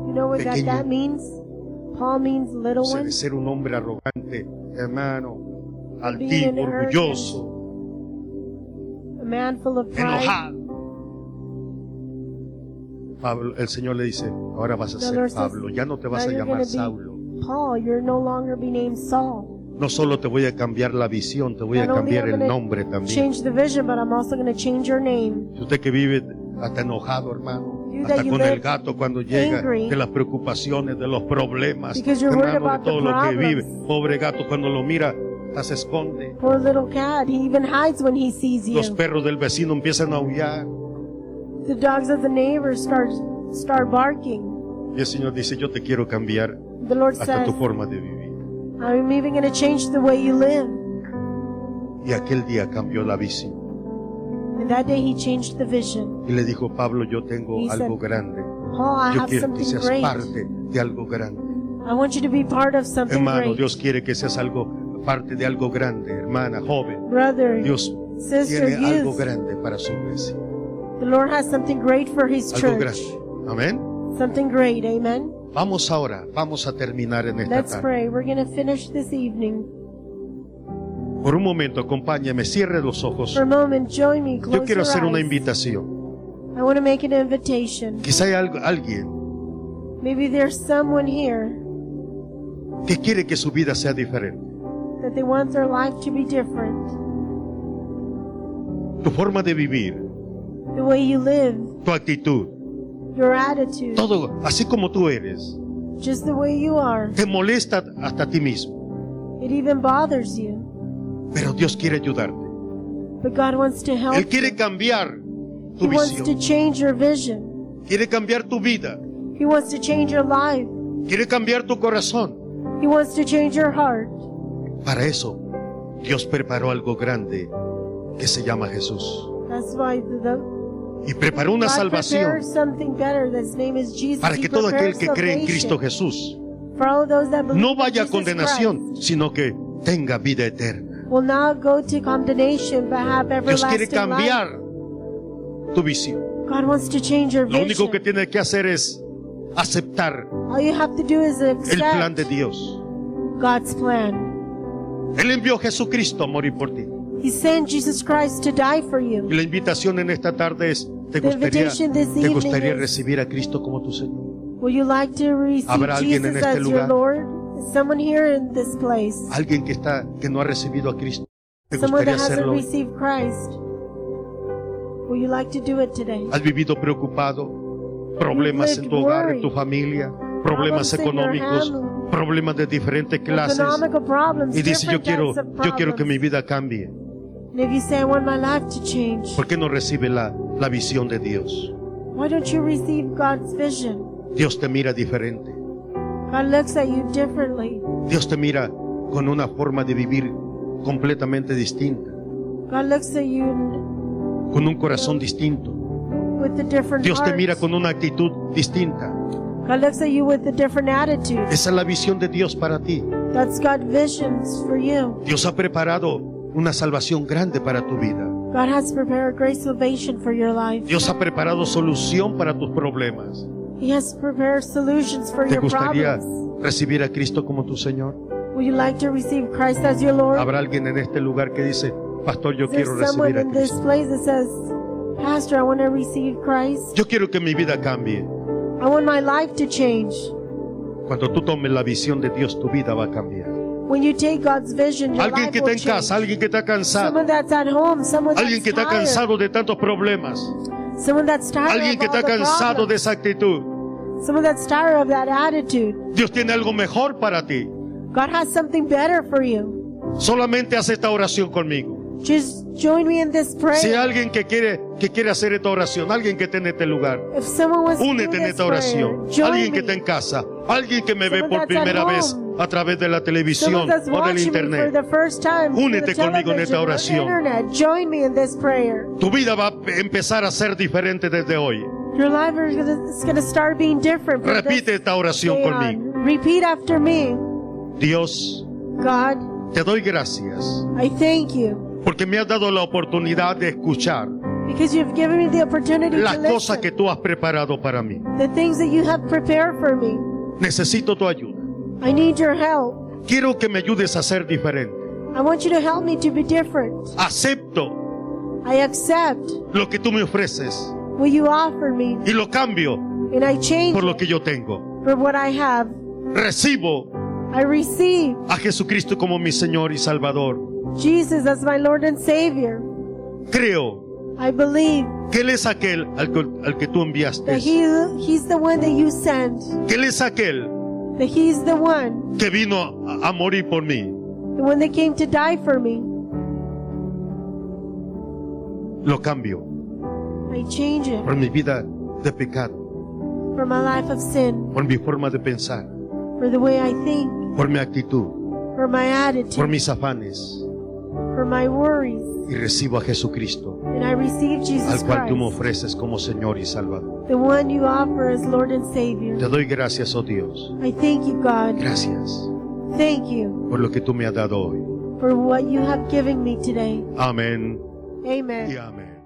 S2: You know what that,
S1: Pequeño.
S2: that means? Paul means
S1: O
S2: little
S1: sea,
S2: one.
S1: de ser un hombre arrogante, hermano, altivo, orgulloso,
S2: a man full of pride.
S1: enojado. Pablo, el Señor le dice, ahora vas a
S2: The
S1: ser
S2: Lord says,
S1: Pablo, ya no te vas
S2: "Now
S1: a
S2: you're
S1: llamar
S2: gonna be
S1: Saulo.
S2: Paul, you're no longer be named Saul.
S1: No solo te voy a cambiar la visión, te voy a
S2: Not only
S1: cambiar
S2: I'm
S1: el
S2: gonna
S1: nombre también.
S2: Change the vision, but I'm also going to change your name.
S1: Y Usted que vive hasta enojado, hermano,
S2: You that
S1: hasta
S2: you
S1: con el
S2: live
S1: gato cuando llega,
S2: angry.
S1: de las preocupaciones, de los problemas,
S2: Because you're worried
S1: hermano, de
S2: about the
S1: todo lo que vive.
S2: problems.
S1: Pobre gato, cuando lo mira, hasta se esconde.
S2: Poor little cat, he even hides when he sees
S1: Los
S2: you.
S1: perros del vecino empiezan a aullar.
S2: The dogs of the neighbors start start barking.
S1: Y el Señor dice, yo te quiero cambiar
S2: The Lord
S1: hasta
S2: says,
S1: tu forma de vivir.
S2: I'm even going to change the way you live.
S1: Y aquel día cambió la visión.
S2: And that day he changed the vision.
S1: Y le dijo, Pablo, yo tengo
S2: He said,
S1: algo grande.
S2: Paul, I
S1: Yo
S2: have
S1: quiero que
S2: something
S1: seas
S2: great.
S1: parte de algo grande.
S2: I want you to be part of something
S1: Hermano,
S2: great.
S1: Dios quiere que seas algo, parte de algo grande, hermana, joven.
S2: Brother,
S1: Dios
S2: sister,
S1: tiene algo
S2: youth,
S1: grande para su iglesia.
S2: the Lord has something great for his
S1: Algo
S2: church.
S1: grande. Amén.
S2: Something great, amen?
S1: Vamos ahora, vamos a terminar en esta
S2: Let's
S1: tarde.
S2: pray. We're going to finish this evening.
S1: Por un momento, acompáñame, cierre los ojos.
S2: For a moment, join me. Close
S1: Yo quiero
S2: your
S1: hacer una
S2: eyes.
S1: invitación.
S2: I want to make an invitation.
S1: Quizá hay algo- alguien
S2: Maybe there's someone here
S1: que quiere que su vida sea diferente.
S2: that they want their life to be different.
S1: Tu forma de vivir,
S2: The way you live,
S1: tu actitud,
S2: your attitude,
S1: todo así como tú eres,
S2: just the way you are.
S1: te molesta hasta a ti mismo.
S2: It even bothers you.
S1: Pero Dios quiere ayudarte.
S2: But God wants to help.
S1: Él quiere cambiar
S2: He
S1: tu
S2: wants to
S1: visión.
S2: change your vision.
S1: Quiere cambiar tu vida.
S2: He wants to change your life.
S1: Quiere cambiar tu corazón.
S2: He wants to change your heart.
S1: Para eso, Dios preparó algo grande que se llama Jesús.
S2: That's why the, the
S1: Y preparó una
S2: God
S1: salvación
S2: prepared something better. His name is Jesus.
S1: para
S2: He
S1: que todo aquel
S2: prepares
S1: que cree en
S2: salvation
S1: Cristo Jesús
S2: for all those that believe
S1: no
S2: in
S1: vaya a
S2: Jesus Christ.
S1: condenación, sino que tenga vida eterna.
S2: will not go to condemnation but have
S1: Dios
S2: everlasting
S1: quiere cambiar tu visión.
S2: life. God wants to change your
S1: Lo
S2: vision.
S1: único que tienes que hacer es aceptar
S2: All you have to do is
S1: el plan
S2: accept
S1: de Dios.
S2: God's plan.
S1: Él envió a Jesucristo a morir por ti.
S2: He sent Jesus Christ to die for
S1: Y
S2: you.
S1: la invitación en esta tarde es, ¿te
S2: The
S1: gustaría,
S2: invitation this
S1: te gustaría
S2: evening is-
S1: recibir a Cristo como tu Señor?
S2: Will you like to receive
S1: ¿Habrá alguien en
S2: Jesus
S1: este
S2: as your
S1: lugar?
S2: Lord? Is Someone here in this place.
S1: Alguien que está, que no ha recibido a Cristo. ¿Te
S2: Someone
S1: gustaría
S2: that hasn't
S1: hacerlo? hoy?
S2: received Christ. Will you like to do it today?
S1: ¿Has vivido preocupado? Problemas en tu hogar, en tu familia, problemas económicos, problemas de diferentes clases.
S2: Economical problems,
S1: Y dice, yo
S2: different
S1: quiero,
S2: types of
S1: yo quiero que mi
S2: problems.
S1: vida cambie.
S2: And if you say, I want my life to change,
S1: ¿Por qué no recibe la, la visión de Dios?
S2: why don't you receive God's vision?
S1: Dios te mira diferente.
S2: God looks at you differently.
S1: Dios te mira con una forma de vivir completamente distinta,
S2: God looks at you
S1: con un corazón distinto.
S2: with a different
S1: Dios te
S2: heart.
S1: mira con una actitud distinta.
S2: God looks at you with a different attitude.
S1: Esa es la visión de Dios para ti.
S2: That's God's visions for you.
S1: Dios ha preparado una salvación grande para tu vida.
S2: God has prepared great salvation for your life.
S1: Dios ha preparado solución para tus problemas.
S2: He has prepared solutions for
S1: ¿Te
S2: your
S1: gustaría
S2: problems.
S1: recibir a Cristo como tu Señor?
S2: Would you like to receive Christ as your Lord?
S1: ¿Habrá alguien en este lugar que dice, Pastor, yo
S2: Is there
S1: quiero
S2: someone
S1: recibir a
S2: in this
S1: Cristo?
S2: place that says, Pastor, I want to receive Christ.
S1: Yo quiero que mi vida cambie.
S2: I want my life to change.
S1: Cuando tú tomes la visión de Dios, tu vida va a cambiar.
S2: When you take God's vision, your
S1: Alguien
S2: life
S1: que
S2: will
S1: está en
S2: change.
S1: casa, alguien que está cansado,
S2: someone that's at home, someone
S1: alguien que
S2: that's
S1: está
S2: tired.
S1: cansado de tantos problemas,
S2: Someone that's tired
S1: alguien
S2: of
S1: que
S2: all
S1: está
S2: the
S1: cansado de
S2: problems.
S1: esa actitud.
S2: Someone that's tired of that attitude.
S1: Dios tiene algo mejor para ti.
S2: God has something better for you.
S1: Solamente haz esta oración conmigo.
S2: Just join me in this prayer.
S1: Si hay alguien que quiere, que quiere hacer esta oración, alguien que esté en este lugar,
S2: if someone wants to do
S1: Únete en
S2: this
S1: esta
S2: prayer,
S1: oración.
S2: join
S1: Alguien que
S2: me.
S1: está en casa, alguien que me ve
S2: Someone
S1: por
S2: that's at
S1: primera
S2: home.
S1: vez a través de la televisión
S2: Someone that's
S1: o del
S2: watching me for
S1: internet.
S2: the first time through
S1: Únete
S2: the
S1: conmigo en esta
S2: television or
S1: oración.
S2: Internet. Join me in this prayer.
S1: Tu vida va a empezar a ser diferente desde hoy.
S2: Your life is gonna- is going to start being different. from
S1: Repite
S2: this
S1: esta oración
S2: day on.
S1: conmigo.
S2: Repeat after me.
S1: Dios,
S2: God,
S1: te doy gracias
S2: I thank you
S1: porque me has dado la oportunidad de escuchar
S2: because you've given me the opportunity
S1: las
S2: to
S1: cosas
S2: listen.
S1: que tú has preparado para mí.
S2: the things that you have prepared for me.
S1: Necesito tu ayuda.
S2: I need your help.
S1: Quiero que me ayudes a ser diferente.
S2: I want you to help me to be different.
S1: Acepto
S2: I accept
S1: lo que tú me ofreces
S2: what you offer me
S1: y lo cambio
S2: and I change
S1: por lo
S2: it
S1: que yo tengo.
S2: for what I have.
S1: Recibo
S2: I receive
S1: a Jesucristo como mi Señor y Salvador.
S2: Jesus as my Lord and Savior.
S1: Creo
S2: I believe
S1: que Él es aquel al que, al que tú enviaste.
S2: that he, He's the one that you sent,
S1: Que Él es aquel
S2: that He's the one,
S1: que vino a, a morir por mí.
S2: the one that came to die for me.
S1: Lo cambio
S2: I change it
S1: por mi vida de pecado,
S2: for my life of sin,
S1: por mi forma de pensar,
S2: for the way I think,
S1: por mi actitud,
S2: for my
S1: por
S2: attitude,
S1: mis afanes.
S2: for my worries.
S1: Y recibo a Jesucristo,
S2: And I receive Jesus
S1: al cual tú me
S2: Christ,
S1: ofreces como Señor y Salvador.
S2: the one you offer as Lord and Savior.
S1: Te doy gracias, oh Dios.
S2: I thank you, God.
S1: Gracias
S2: Thank you
S1: por lo que tú me has dado hoy.
S2: for what you have given me today.
S1: Amén
S2: Amen.
S1: y amén.